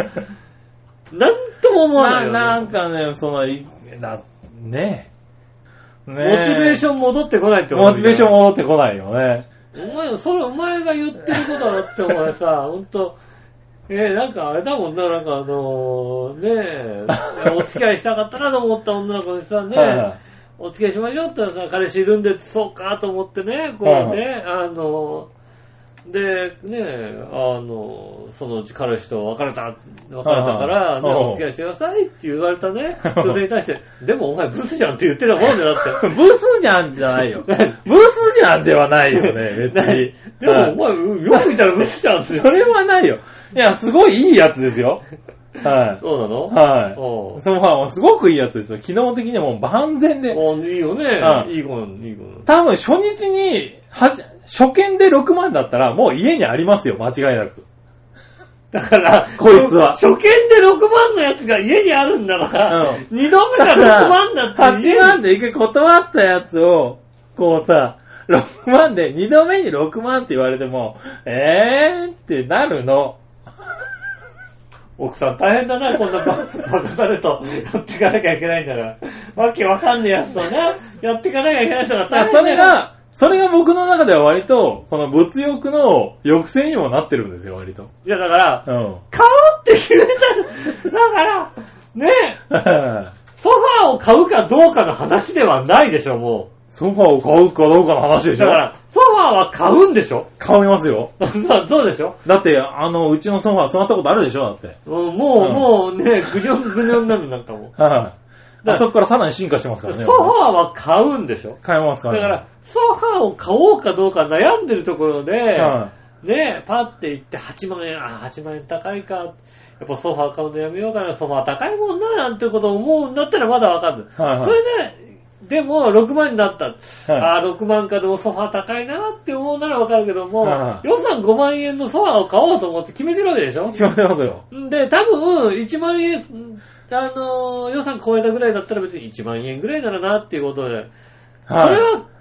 B: なんとも思わないよ、ね
C: まあなんかね、その、いなねえ。ねえ
B: モチベーション戻ってこないって
C: モチベーション
B: ン
C: 戻ってこないよね。
B: お前、それ、お前が言ってることだって、お前さ、ほんと、えーなんかあれだもんな、なんかあのー、ねえ、お付き合いしたかったなと思った女の子にさ、ね
C: はいはい
B: お付き合いしましょうって言ったらさ、彼氏いるんで、そうかと思ってね、こうね、あの、で、ね、あの、そのうち彼氏と別れた、別れたから、ね、
C: はいはい
B: お付き合いしてくださいって言われたね、
C: はい
B: 女性に対して、でもお前ブスじゃんって言ってるもんでだって。
C: ブスじゃんじゃない よ。ブスじゃんではないよ ね、別に。
B: でもお
C: はい
B: 前、よく見たらブスじゃん って。
C: それはないよ。いや、すごいいいやつですよ。は。
B: そうないの
C: はい。
B: おう
C: そのまあすごくいいやつですよ。機能的にはもう万全で。
B: おういいよ
C: はい
B: ね。いい子なの、いい子なの。
C: 多分初日に、はじ、初見で6万だったら、もう家にありますよ、間違いなく。
B: だから、
C: こいつは
B: 初初見で6万のやつが家にあるんだから、
C: うん
B: 二度目が
C: だか
B: 6
C: ら
B: 万だって家
C: 8
B: に
C: 万で一回断ったやつを、こうさ、6万で、2度目に6万って言われても、えーってなるの。
B: 奥さん大変だな、こん なババカタレとやっていかなきゃいけないんだから。わけわかんねえやつとな、やっていかなきゃいけないんだから
C: あ
B: 大変
C: そ
B: だ
C: れ
B: よ。
C: が、それが僕の中では割と、この物欲の抑制にもなってるんですよ、割と。
B: いや、だから、
C: うん。
B: 買おうって決めたの。だから、ね、ソファーを買うかどうかの話ではないでしょ、も
C: ソファーを買うかどうかの話
B: う。
C: でし
B: だ
C: ょ
B: から、ソファーは買うんでしょ
C: 買いますよ。
B: そうでしょ
C: だって、あの、うちのソファー座ったことあるでしょだって。
B: うんもう、
C: うん
B: もうね、ぐにょんぐにょんなのなんかも
C: はい、
B: だから
C: あそこからさらに進化してますか
B: う。
C: ら
B: ソ
C: ね。
B: ファーは買うんでしょ
C: 買えますか
B: だ
C: ら、ね。
B: から、ソファーを買おうかどうか悩んでるところで、
C: はい
B: ね、パって行って8万円、あ、8万円高いか。やっぱソファー買うのやめようかな、ソファー高いもんな、なんてことを思うんだったらまだわかる。
C: はいはい
B: それで、でも6万になった。
C: は
B: あー6万かでもソファー高いなって思うならわかるけども、
C: はいはい
B: 予算5万円のソファーを買おうと思って決めてるわけでしょ
C: 決まってますよ。
B: で、多分、1万円、んあのー予算超えたぐらいだったら別に1万円ぐらいならなっていうことで、それ
C: は
B: は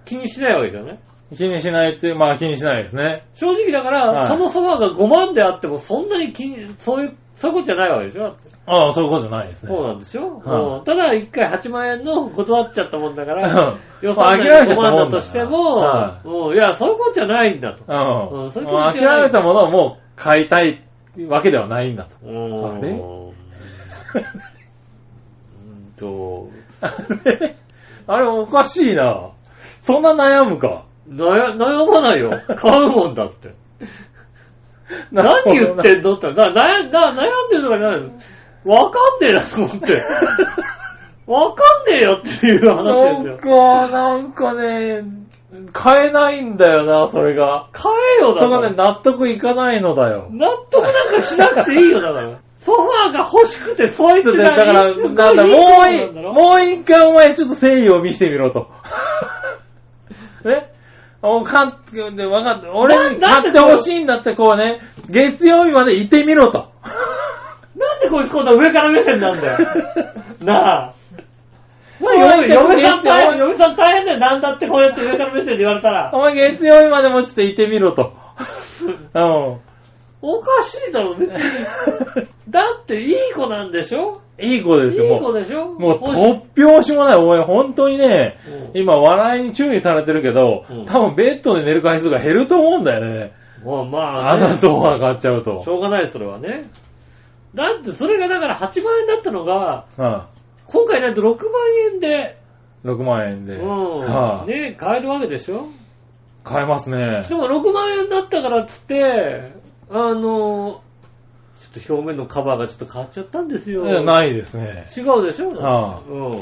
B: 気にしないわけですよね。
C: い。気にしないって、まあ気にしないですね。
B: 正直だから、
C: はい
B: そのソファーが5万であっても、そんなに気に、そういう、そういうことじゃないわけでしょ、
C: ああ、そういうことじゃないですね。
B: そうなんですよ。
C: はい
B: うんただ、1回8万円の断っちゃったもんだか
C: う
B: ら、
C: ん
B: 予算
C: まあ諦めちゃ
B: 5
C: った
B: 万
C: も
B: だ
C: んだから
B: としても、
C: は
B: うんいや、そういうことじゃないんだと。
C: うん。
B: うんそういうことじゃ
C: ま
B: ない
C: あ諦めたものをもう買いたいわけではないんだと。
B: うーん
C: あれ
B: うーんと、
C: あれ あれおかしいな。そんな悩むか。
B: 悩悩まない よ。買うもんだって。
C: な
B: 何
C: るほど
B: 言ってんのって、な、な、な、悩んでるとかじゃないのわかんねえなと思 って。わかんねえよっていう話です
C: なん
B: よ。
C: か、なんかね、買えないんだよな、それが。
B: 買えよだ
C: それ
B: か
C: が
B: ら
C: ね、。納得いかないのだよ。
B: 納得なんかしなくていいよだから。 ソファーが欲しくて、そう言っ
C: ちょってとねだから、なんだ、もうい、
B: う、
C: もう一回お前ちょっと誠意を見せてみろと。ねおかん、で、わかった。俺に
B: ななん
C: 買
B: で
C: ってほしいんだって、こうね、月曜日までいてみろと。
B: なんでこいつこんな上から目線なん だよ。なあ。
C: お前ちょっと
B: 嫁さん大
C: 月
B: 変、
C: 曜
B: 嫁さん大変だよ。なんだってこうやって上から目線で言われた
C: お
B: ら。
C: 前月曜日までもちょっといてみろと。うん。
B: おかしいだろ、別 に。だっていい子なんでしょ
C: いい子
B: い
C: ですよ、
B: い
C: も
B: 子
C: う。
B: でしょ
C: もう
B: 欲しい
C: 突拍子もない。お前本当にね、
B: うん
C: 今笑いに注意されてるけど、
B: うん
C: 多分ベッドで寝る回数が減ると思うんだよね。
B: まあま
C: あ
B: あ、ね、
C: のソファー買っちゃうと
B: し。ょうがない、それはね。だってそれがだから8万円だったのが、
C: うん。
B: 今回なんと6万円で、
C: 6万円で。
B: うん、
C: はい
B: ね、買えるわけでしょ
C: 買えますね
B: で。も6万円だったからっつって、あの、ちょっと表面のカバーがちょっと変わっちゃったんですよ。
C: えないですね。
B: 違うでしょ、
C: ああ
B: うん。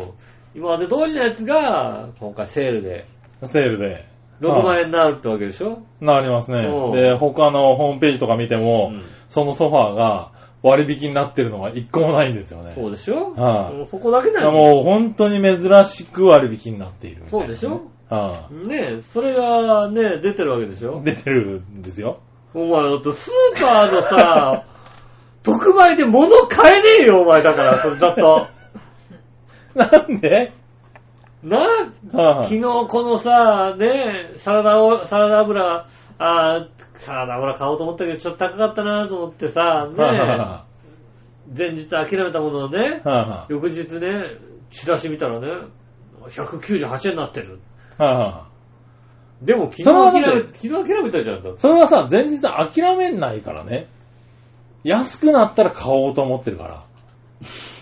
B: 今まで通りのやつが、今回セールで
C: セールで。
B: 6
C: は
B: 万
C: い
B: 円になるってわけでしょ、
C: なりますね
B: うん。
C: で、他のホームページとか見ても、
B: うん
C: そのソファーが割引になってるのが一個もないんですよね。
B: そうでしょ、
C: ああ
B: うんそこだけだ
C: だから
B: よ。
C: もう本当に珍しく割引になっているみたい
B: そう
C: なね
B: でしょ
C: は
B: ねえ、それがね、出てるわけでし
C: い
B: ょ
C: 出てるんですよ。
B: お前、だってスーパーのさ、 特売で物買えねえよ、お前だから、それだ と。
C: なんで
B: な、
C: は
B: 昨
C: い
B: 日このさ、ねえ、サラダを、サラダ油、あーサラダ油買おうと思ったけど、ちょっと高かったなと思ってさ、
C: はいはい
B: ね
C: は
B: え、前日諦めたものをね
C: い、は
B: 翌日ね、チラシ見たらね、198円になってる。
C: いはいは
B: でも昨日
C: それはだ
B: 諦
C: って
B: め、昨日諦めたじゃん、 だっ
C: い
B: て
C: それはさ、前日諦めないからね。安くなったら買おうと思ってるか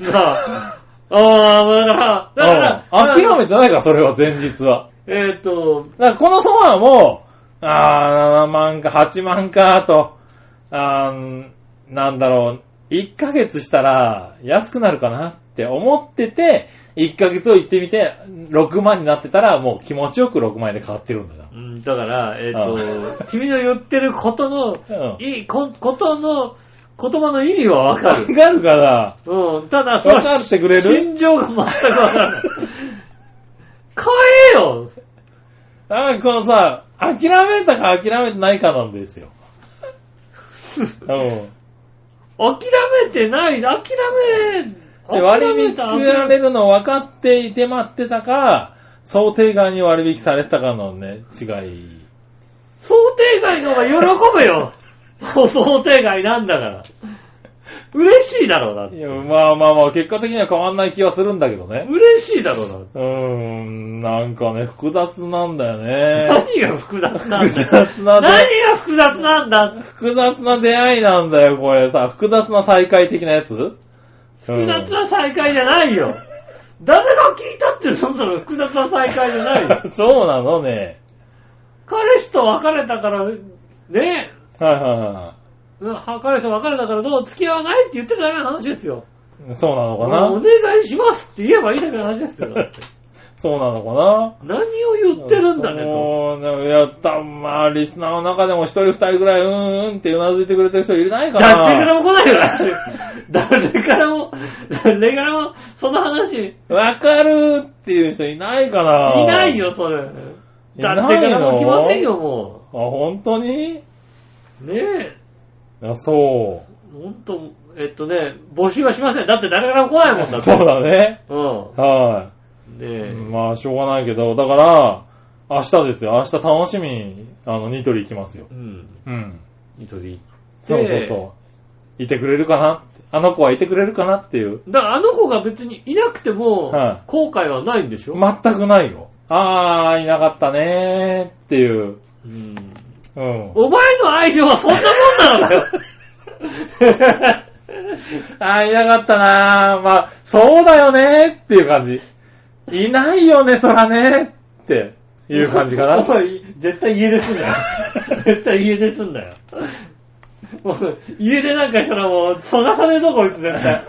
C: ら。
B: なあ。 ああ、だから、だから、
C: うん諦めてないから、それは前日は。
B: えーっと、
C: だからこのソファーも、あー、7万か、8万か、と、あー、なんだろう、1ヶ月したら安くなるかなって思ってて、1ヶ月を行ってみて、6万になってたら、もう気持ちよく6万円で変わってるんだよ。
B: うん、だから、えーっ、と、君の言ってることの、
C: うん
B: いい、こ、ことの、言葉の意味はわか
C: わ
B: る。
C: かるから、
B: うん、ただ、その
C: わかってくれる
B: 心情が全くわから ない。買えよ
C: あーこのさ、諦めたか諦めてないかなんで すよ。うん。
B: 諦めてない、諦め、
C: で割
B: 諦め
C: 引
B: た
C: られるの分かっていて待ってたか、想定外に割引されたかのね、違い。
B: 想定外の方が喜べよそう想定外なんだから。嬉しいだろうなって
C: い。や、まあまあまあ、結果的には変わんない気はするんだけどね。
B: 嬉しいだろうなって。
C: うーん、なんかね、複雑なんだよね。
B: 何が複雑なんだ
C: 複
B: よ。
C: 雑な
B: 何
C: 出会い、
B: が複雑なんだ
C: 複雑な出会いなんだよ、これさ。複雑な再会的なやつ
B: 複雑な再会じゃないよ。誰が聞いたってそんなの複雑な再会じゃないよ。
C: うん そうなのね。
B: 彼氏と別れたから、ね、
C: はいはいは
B: うんは彼氏と別れたからどう付き合わないって言ってただけの話ですよ。
C: い。そうなのか
B: お
C: な
B: 願いしますって言えばいいだけの話 ですよ。だって
C: そうなのかな
B: 何を言ってるんだねと。
C: そうだいや、たまあ、リスナーの中でも一人二人ぐらい、うーんうんってうなずいてくれてる人いないか
B: 誰
C: な
B: からも来ないよ、 私。誰からも、誰からも、その話、
C: わかるっていう人いないかない
B: いない。よ、それ。
C: いない
B: 誰
C: の
B: からも来ませんよ、も
C: あ、本当に
B: う。ねえ。
C: あ、そ
B: ほんと、えっとね、募集はしません。だって誰からも来ないもんだって。
C: う。そうだね。
B: う
C: は
B: ん。
C: い。
B: ね
C: まあ、しょうがないけど、だから、明日ですよ。明日楽しみに、あの、ニトリ行きますよ
B: え。。うん。
C: うん。
B: 糸で行って。
C: そうそうそう。いてくれるかなあの子はいてくれるかなっていう。
B: だからあの子が別にいなくても
C: は、
B: 後悔はないんでしょ、
C: 全くないよ。あー、いなかったねーっていう。
B: うん。
C: うん。
B: お前の愛情はそんなもんなのかよ
C: あー、いなかったなー。まあ、そうだよねーっていう感じ。いないよね、そらねーって いう感じか な。
B: お前絶対家出すん だよ。絶対家出すんだよ。もう家出なんかしたらもう、探さねえぞ、こいつ絶対。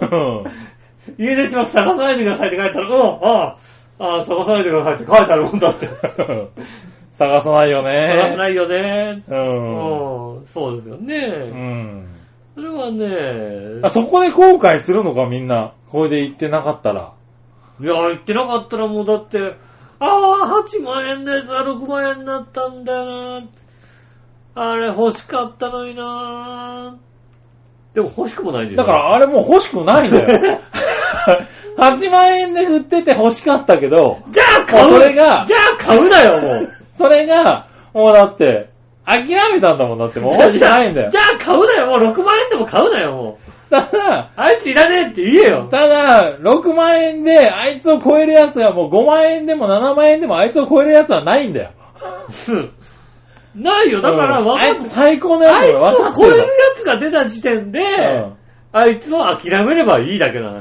B: 家出します、探さないでくださいって書いたら、うん、ああ、ああ探さないでくださいって書いてあるもんだって。
C: うん探さないよ
B: 探さ
C: ね
B: ないよね。
C: ー。う。
B: うんん、そうですよ
C: う
B: ね。
C: ん。
B: それはね、
C: あそこで後悔するのか、みんな。これで行ってなかったら。
B: いや、言ってなかったらもうだって、ああ、8万円のやつは6万円になったんだよな。あれ欲しかったのにな。でも欲しくもないんだよ。
C: だから、あれもう欲しくないんだ よ。8万円で売ってて欲しかったけど、
B: じゃあ買う
C: もうそれが
B: じゃあ買うなよ、もう。
C: それが、もうだって、諦めたんだもんだって、もう欲しくないんだよ
B: じ。ゃあ買うなよ、もう6万円でも買うなよ、もう。
C: ただ、
B: あいついらねえって言えよ。
C: ただ、6万円で、あいつを超えるやつはもう5万円でも7万円でもあいつを超えるやつはないんだよ。
B: うんないよ、だから
C: うん
B: 分か
C: あ
B: っ
C: いつ最高のやつ
B: あ
C: だ
B: い
C: よ
B: つ
C: 分か
B: を
C: って
B: 超え
C: る
B: るやつが出た時点で、あいつを諦めればいいだけの話だ。
C: う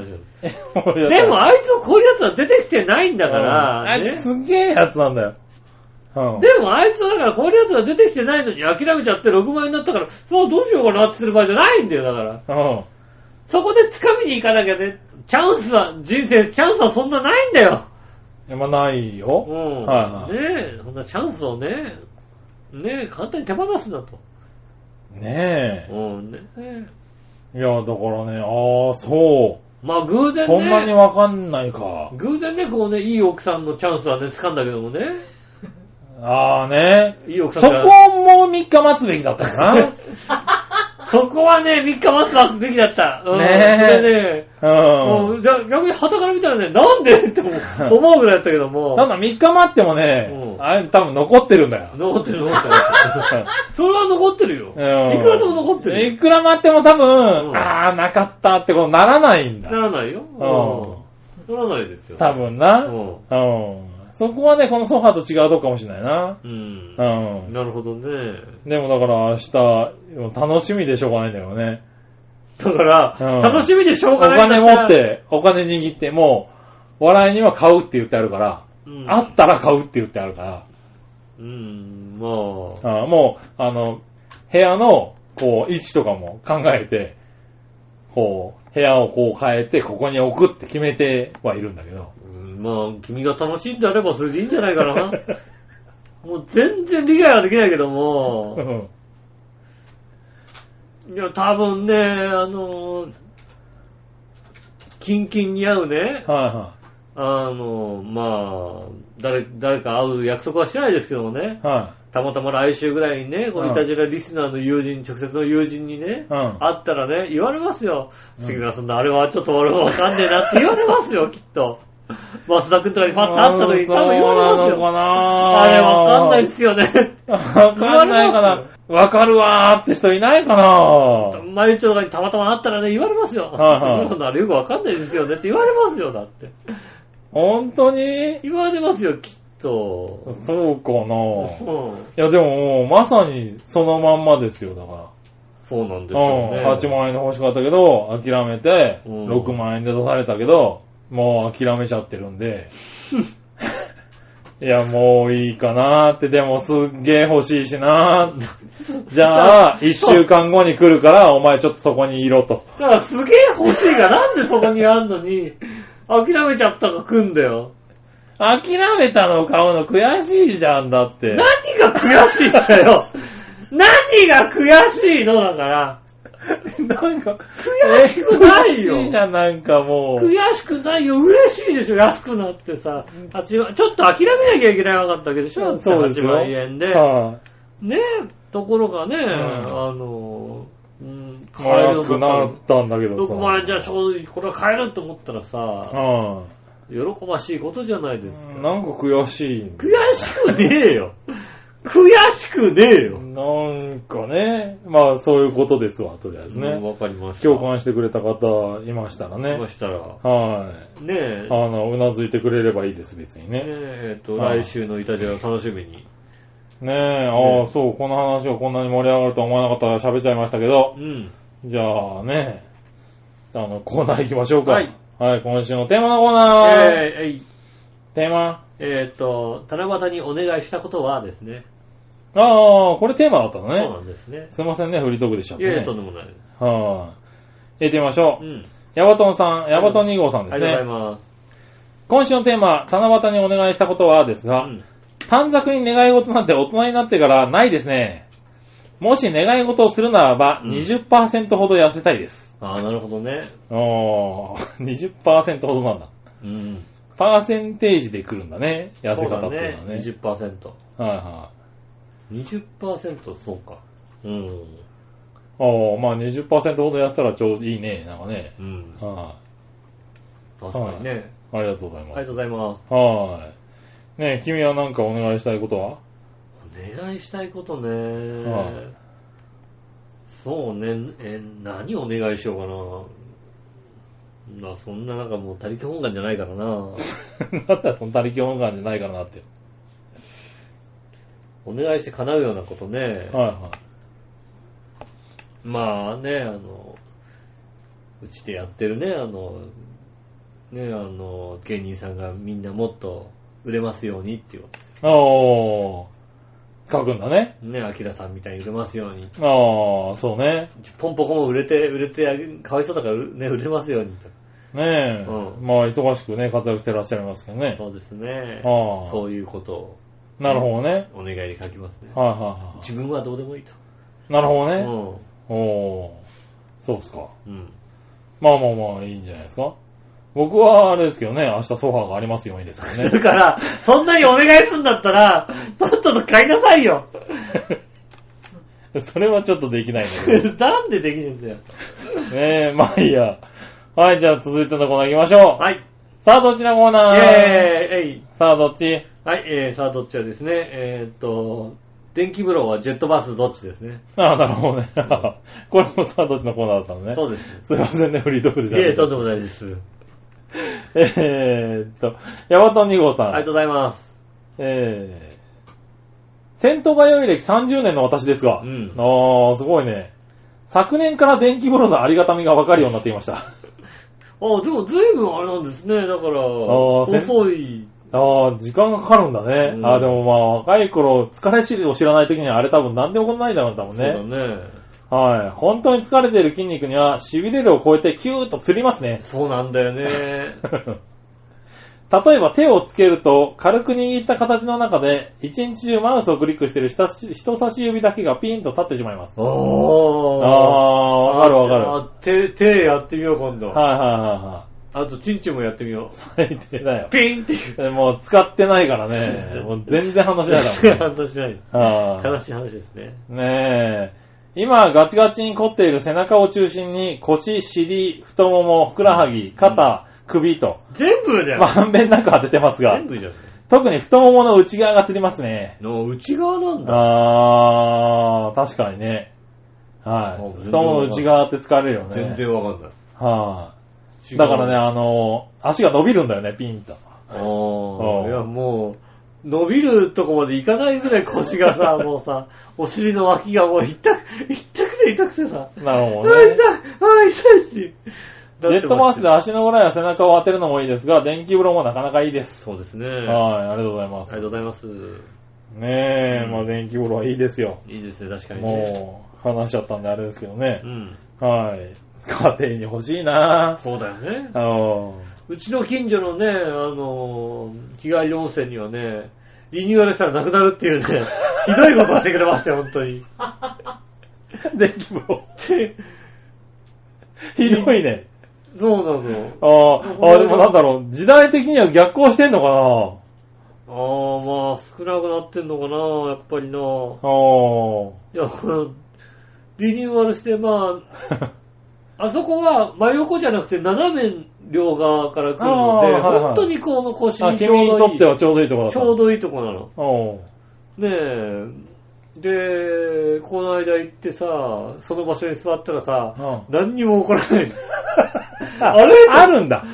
C: ん
B: でも、あいつを超えるやつは出てきてないんだから、
C: うんあい
B: ね
C: つすげえやつなんだよ。うん。
B: でもあいつはだからこういうやつが出てきてないのに諦めちゃって6万円になったから、そうどうしようかなってする場合じゃないんだよ、だから。
C: うん。
B: そこで掴みに行かなきゃね、チャンスは、人生、チャンスはそんなないんだよ。
C: いやまあないよ。
B: うん。
C: はいはい
B: ねえ、そんなチャンスをね、ねえ、簡単に手放すなと。
C: ね
B: うん、ねえ。
C: え。いや、だからね、ああ、そ
B: まあ偶
C: う。
B: 然
C: そんなに
B: ね、
C: わかんないか。
B: 偶然ね、こうね、いい奥さんのチャンスはね、掴んだけどもね、
C: ああね。
B: いい奥
C: そ
B: さん
C: こ
B: が
C: も3日待つべきだったかな。
B: そこはね、3日待つわべきだった。うん、
C: ねえ
B: でね
C: うん。
B: うん、じゃあ逆に旗から見たらね、なん でって思う思うぐらいだったけども。
C: ただ3日待ってもね、
B: うん
C: あれ多分残ってるん だよ。
B: 残ってる残ってる。それは残ってるよ。
C: う
B: い
C: ん
B: くらでも残ってるよ。
C: いくら待っても多
B: う
C: 分、
B: ん
C: あー、なかったってことにならないんだ。
B: ならないよ。うん。ならないですよ。
C: 多分な。うん。
B: 分。
C: そこはね、このソファーと違うとこかもしれないな。
B: うん。
C: うん。
B: なるほどね。
C: でもだから明日、楽しみでしょうがないんだよね。
B: だから、
C: うん
B: 楽しみでしょ
C: お
B: うがないんだ
C: 金
B: たら
C: 持っ、て、お金握って、もう、笑いには買うって言ってあるから、
B: うん、
C: あったら買うって言ってあるから、
B: うん、まあ、
C: あーもう、あの、部屋の、こう、位置とかも考えて、こう、部屋をこう変えて、ここに置くって決めてはいるんだけど。
B: うんまあ、君が楽しんであればそれでいいんじゃないか な。もう全然理解はできないけども
C: う。ん
B: いや、多分ね、あのー、キンキンに会うね、
C: はいは
B: あのー、まあ、誰、誰か会う約束はしてないですけどもね、
C: い。は
B: たまたま来週ぐらいにね、このいたじらリスナーの友人、直接の友人にね
C: い。、うん。
B: 会 ったらね、言われますよ。杉村さんのあれはちょっと俺もわかんねえなって言われますよ、きっと。増田くんとかにパッと会った時に多分言われます
C: そうなのか
B: よ。
C: な
B: あれわかんないっすよね。
C: わかんないかな。わかるわーって人いないかな
B: マユチョとかにたまたま会ったらね、言われますよ。
C: はいはい
B: そんなあれよくわかんないですよねって言われますよ、だって。
C: 本当に
B: 言われますよ、きっと。
C: そうか
B: うん
C: な。いやでももうまさにそのまんまですよ、だか
B: そうなんです
C: ら。
B: よ
C: うん。8
B: ね。
C: 万円の欲しかったけど、諦めて、
B: うん
C: 6万円で出されたけど、もう諦めちゃってるん で。いや、もういいかなーって、でもすっげー欲しいしなー じゃあ、1週間後に来るから、お前ちょっとそこにいろと。
B: だからすげえ欲しいが、なんでそこにあんのに、諦めちゃったか来んだよ。
C: 諦めたのを買うの悔しいじゃんだって。
B: 何が悔しいんだよ。何が悔しいのだから。
C: なんか、
B: 悔しくないよ
C: え悔しいじゃん、なんかもう。
B: 悔しくないよ、嬉しいでしょ、安くなってさ。8万、ちょっと諦めなきゃいけないわかったわけでしょ、
C: そうです
B: 8
C: よ。
B: 万円で。
C: はい
B: ねえ、ところがね、あ
C: ん
B: の、うん、
C: まあ安くなったんだけどさ。
B: 6万円じゃちょうどいい、これは買えると思ったらさ、
C: は
B: 喜ばしいことじゃないで
C: い
B: すか。
C: なんか悔しい。
B: 悔しくねえよ。悔しくねえよ。
C: なんかね、まあそういうことですわ、とりあえず
B: うん
C: ね。
B: わかりました。
C: 共感してくれた方いましたらね
B: そ。したら、
C: はい。
B: ねえ、
C: あの、うなずいてくれればいいです、別に
B: ね
C: ね。
B: ええっと、
C: はい
B: 来週のイタジェラ楽しみに。
C: ねえ、あ
B: ね
C: あ、そう、この話をこんなに盛り上がるとは思わなかったから喋っちゃいましたけど
B: う。ん。
C: じゃあね、あの、コーナー行きましょうか。
B: はい。
C: はい、今週のテーマのコーナー。
B: えーえい
C: テーマ
B: えーっと、七夕にお願いしたことはですね。
C: ああ、これテーマだったの
B: そうな
C: ね。
B: んですね。
C: すいませんね、フリートークでしちゃっ
B: い
C: て、
B: やい
C: ね
B: や、と。んでもない。
C: はい。行ってみましょ
B: う
C: う。
B: ん。
C: ヤバトンさん、ヤバトン2号さん
B: あ
C: です
B: りがとう
C: ね。
B: ございます。
C: 今週のテーマ、七夕にお願いしたことはですが、
B: うん
C: 短冊に願い事なんて大人になってからないですね。もし願い事をするならば、
B: うん
C: 20%ほど痩せたいです。
B: ああ、なるほどね。
C: お ー、20%ほどなんだ。
B: うん。
C: パーセンテージで来るんだね、痩せ方っていうのはね。
B: 20%。
C: はいはい。
B: 20%そうか。うん。
C: ああ、まあ20%ほど痩せたらちょうどいいね、なんかね。
B: うん。
C: は
B: 確かにね。
C: い、ありがとうござ
B: あ
C: い
B: り
C: ま
B: が
C: す
B: と。うございます。
C: はい。ねえ、君はなんかお願いしたいことは
B: お願いしたいことね、
C: はい
B: そうね、え、何お願いしようかな。まあ、そんななんかもう他力本願じゃないからな。
C: なんだよその他力本願じゃないからなって。
B: お願いして叶うようなことね。
C: はいはい。
B: まあね、あの、うちでやってるね、あの、ね、あの、芸人さんがみんなもっと売れますようにっていうことです
C: ああ、書くんだね。
B: ね、アキラさんみたいに売れますように。
C: ああ、そうね。
B: ポンポコも売れて、売れてあげ、かわいそうだからうね、売れますようにと。
C: ねえ、
B: うん
C: まあ忙しくね、活躍してらっしゃいますけどね。
B: そうですね。
C: ああ
B: そういうことを
C: なるほどね。
B: お願いに書きますね。
C: はいはいは
B: 自分はどうでもいいと。
C: い。なるほど
B: う
C: ね。
B: ん。
C: おー、そうっすか。
B: うん。
C: まあまあまあ、いいんじゃないですか。僕はあれですけどね、明日ソファーがありますようにですよ ね。
B: だから、そんなにお願いするんだったら、とっとと買いなさい よ。
C: それはちょっとできないんだけど。
B: なんでできねえんだよ。
C: ねえ、まあいいや。はい、じゃあ続いてのコーナー行きましょう。
B: はい。
C: さあ、どっちのコーナー
B: イェーイえい
C: さあ、どっち
B: はい、えー、さあどっちはですね、えーっと、電気風呂はジェットバスどっちですね。
C: ああ、なるほどね。 これもさあ、どっちのコーナーだったのね。
B: そうです。
C: すいませんね、フリートークで
B: い
C: しゃべ
B: え、とん
C: っ
B: でもないです。
C: て。えーっと、ヤバトン2号さん。
B: ありがとうございます。
C: えー、戦闘が良い歴30年の私ですが、
B: うん
C: ああ、すごいね。昨年から電気風呂のありがたみが分かるようになっていました。
B: あ、でも随分あれなんですね。だから、
C: ー
B: 遅い。
C: ああ、時間がかかるんだね。
B: うん
C: ああ、でもまあ、若い頃、疲れ知りを知らない時にはあれ多分何でもこんないんだろう、多分
B: そうだ
C: ね。
B: ね。
C: はい。本当に疲れている筋肉には、痺れるを超えてキューッと釣りますね。
B: そうなんだよ ね。
C: 例えば手をつけると、軽く握った形の中で、一日中マウスをクリックしている人差し人差し指だけがピンと立ってしまいます。あ
B: ああ。
C: あ、わかるわかる。はい
B: る。手、手やってみよう、今度。
C: はいは
B: あと、チンチンもやってみよ
C: いはい。最低だよ
B: う。。ピンっていう。
C: もう使ってないからね。もう全然話しないだ もんね。
B: 話しない。
C: あ
B: 悲しい話ですね。
C: あねえ。今、ガチガチに凝っている背中を中心に、腰、尻、太もも、ふくらはぎ、肩、首と、
B: 全部じゃん。
C: まんべんなく当ててますが
B: 全、部じゃん。
C: 特に太ももの内側がつりますね。
B: の内側なんだ。
C: あー、確かにね。は
B: あ全
C: い。
B: 然
C: 太ももの内側って疲れるよね。
B: 全。然わかんない。
C: はい。だからね、。あの、足が伸びるんだよね、ピンと。
B: ああ。いや、もう、伸びるとこまでいかないぐらい腰が さ、もうさ、お尻の脇がもう痛く、痛くて痛くてさ。
C: なる
B: あ
C: ほ
B: ー
C: ど
B: 痛い、。
C: ね
B: あー痛いって。
C: ジェットマウスで
B: だって
C: 足の裏や背中を当てるのもいいですが、電気風呂もなかなかいいです。
B: そうですね。あ
C: はい、ありがとうございま
B: り
C: す
B: が。とうございます。
C: ね
B: う
C: え、
B: ん
C: まあ電気風呂はいいですよ。
B: いいですね、確かにね。
C: もう、話しちゃったんであれですけどね
B: う。ん。
C: はい。家庭に欲しいなぁ。
B: そうだよね。
C: あの
B: うちの近所のね、あのー、日帰り温泉にはね、リニューアルしたらなくなるっていうね、ひどいことをしてくれましたよ、本当 に。
C: 電気風呂。 ひどいね。
B: そうなの。
C: ああ、あでもなんだろう、時代的には逆行してんのか
B: あ
C: な
B: あ、まあ、少なくなってんのかな、やっぱりな。い
C: あ
B: や、この、リニューアルして、まあ、あそこは真横じゃなくて斜め両側から来るので、
C: あーはいはい
B: 本当にこの腰
C: あ。
B: に
C: あ、
B: ちょうど
C: 君
B: いい
C: にとってはちょうどいいところだっ
B: ち
C: た。
B: ょうどいいとこなの。
C: おう
B: ねえ、で、この間行ってさ、その場所に座ったらさ、
C: う
B: 何にも起こらない。
C: あ
B: あれ
C: あるんだ。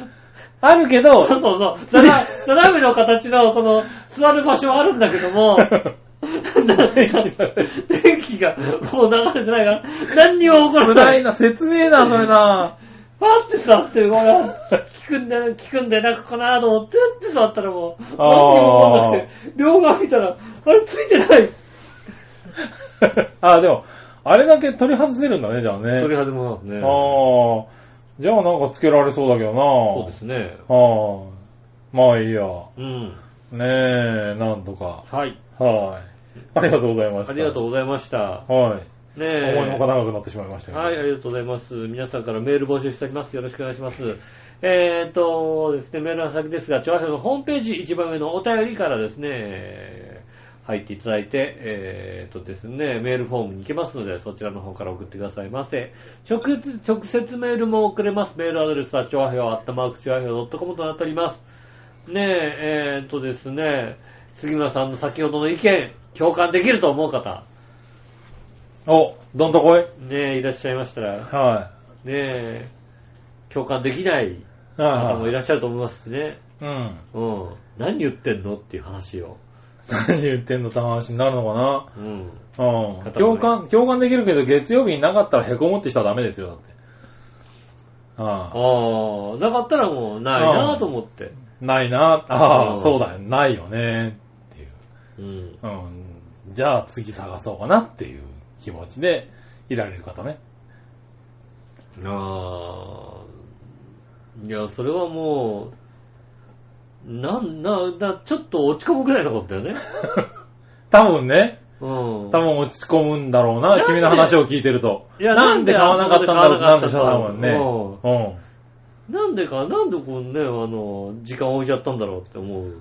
C: あるけど、
B: そうそうそう。な斜めの形のこの座る場所はあるんだけど も、なんか電気がもう流れてないから、何にも起こら
C: 無
B: ない
C: い。な説明だ、それな。
B: パーって座って、これ、聞くんだ、聞くんだよな、ここなと思って、やって座ったらもう、何にも
C: あ
B: 起
C: ー
B: こらなくて、両側見たら、あれついてない。
C: あ、でも、あれだけ取り外せるんだね、じゃあね。
B: 鳥肌もなんですね。
C: ああ。じゃあなんかつけられそうだけどな。
B: そうですね。
C: はあ。まあいいや。
B: うん。
C: ねえ、なんとか。
B: はい。
C: はい。ありがとうございました。
B: ありがとうございました。
C: う。はい。
B: ねえ。
C: 思いのほか長くなってしまいましたけど。
B: はい、ありがとうございます。皆さんからメール募集しております。よろしくお願いします。えーとですね、メールの先ですが、調和表のホームページ一番上のお便りからですね、入っていただいて、えーとですね、メールフォームに行けますので、そちらの方から送ってくださいませ。直接、直接メールも送れます。メールアドレスは、調和表、アットマーク、調和表 .com となっております。ねえ、えーとですね、杉村さんの先ほどの意見、共感できると思う方、
C: お、どんとこい。
B: ねえ、いらっしゃいましたら、
C: は
B: ねえ、共感できない
C: い。はい
B: 方も
C: はいい。
B: らっしゃると思いますしね。
C: うん。
B: うん。何言ってんのっていう話を。
C: 何言ってんのって話になるのかな。
B: うん。
C: うん。
B: 片思い
C: 共感、共感できるけど、月曜日になかったら凹むって人はダメですよ、だって。ああ。
B: ああ、なかったらもうないなと思って。
C: ないな。あ
B: うん
C: あ、そうだよ。ないよね。っていう。
B: うん。
C: うん。じゃあ次探そうかなっていう気持ちでいられる方ね。
B: ああ、いや、それはもう、なん、な、な、ちょっと落ち込むぐらいのことだ よね。
C: 多分ね、
B: うん。
C: 多分落ち込むんだろう
B: なん
C: な、
B: で
C: 君の話を聞いてると。
B: いや
C: なんで買わなかったんだろうってな
B: なん
C: ん
B: で
C: で
B: 買
C: し
B: わ
C: ょう、
B: なかったんだ
C: 多分ね。
B: ろ
C: うん。
B: なんでか、なんでこうね、あの、時間置いちゃったんだろうって思う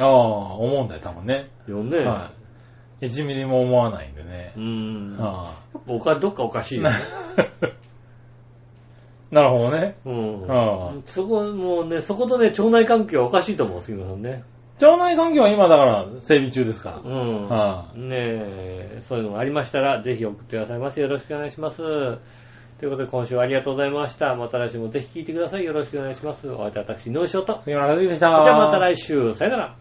C: ああ、思うんだよ、多分ね。
B: よね。
C: はい。1ミリも思わないんでね
B: う。ん。
C: ああ。
B: やっぱおかどっかおかしいよ ね。
C: なるほどね。
B: うん
C: ああ
B: そこ、もうね、そことね、腸内環境はおかしいと思う、杉村さんね。
C: 腸内環境は今だから整備中ですか
B: う
C: ら。
B: ん。
C: ああ
B: ねえ、そういうのがありましたら、ぜひ送ってくださいませ。よろしくお願いします。ということで、今週はありがとうございました。また来週もぜひ聞いてください。よろしくお願いします。お相手は私、井上翔と。
C: 杉村和之でした。
B: じゃあまた来週、さよなら。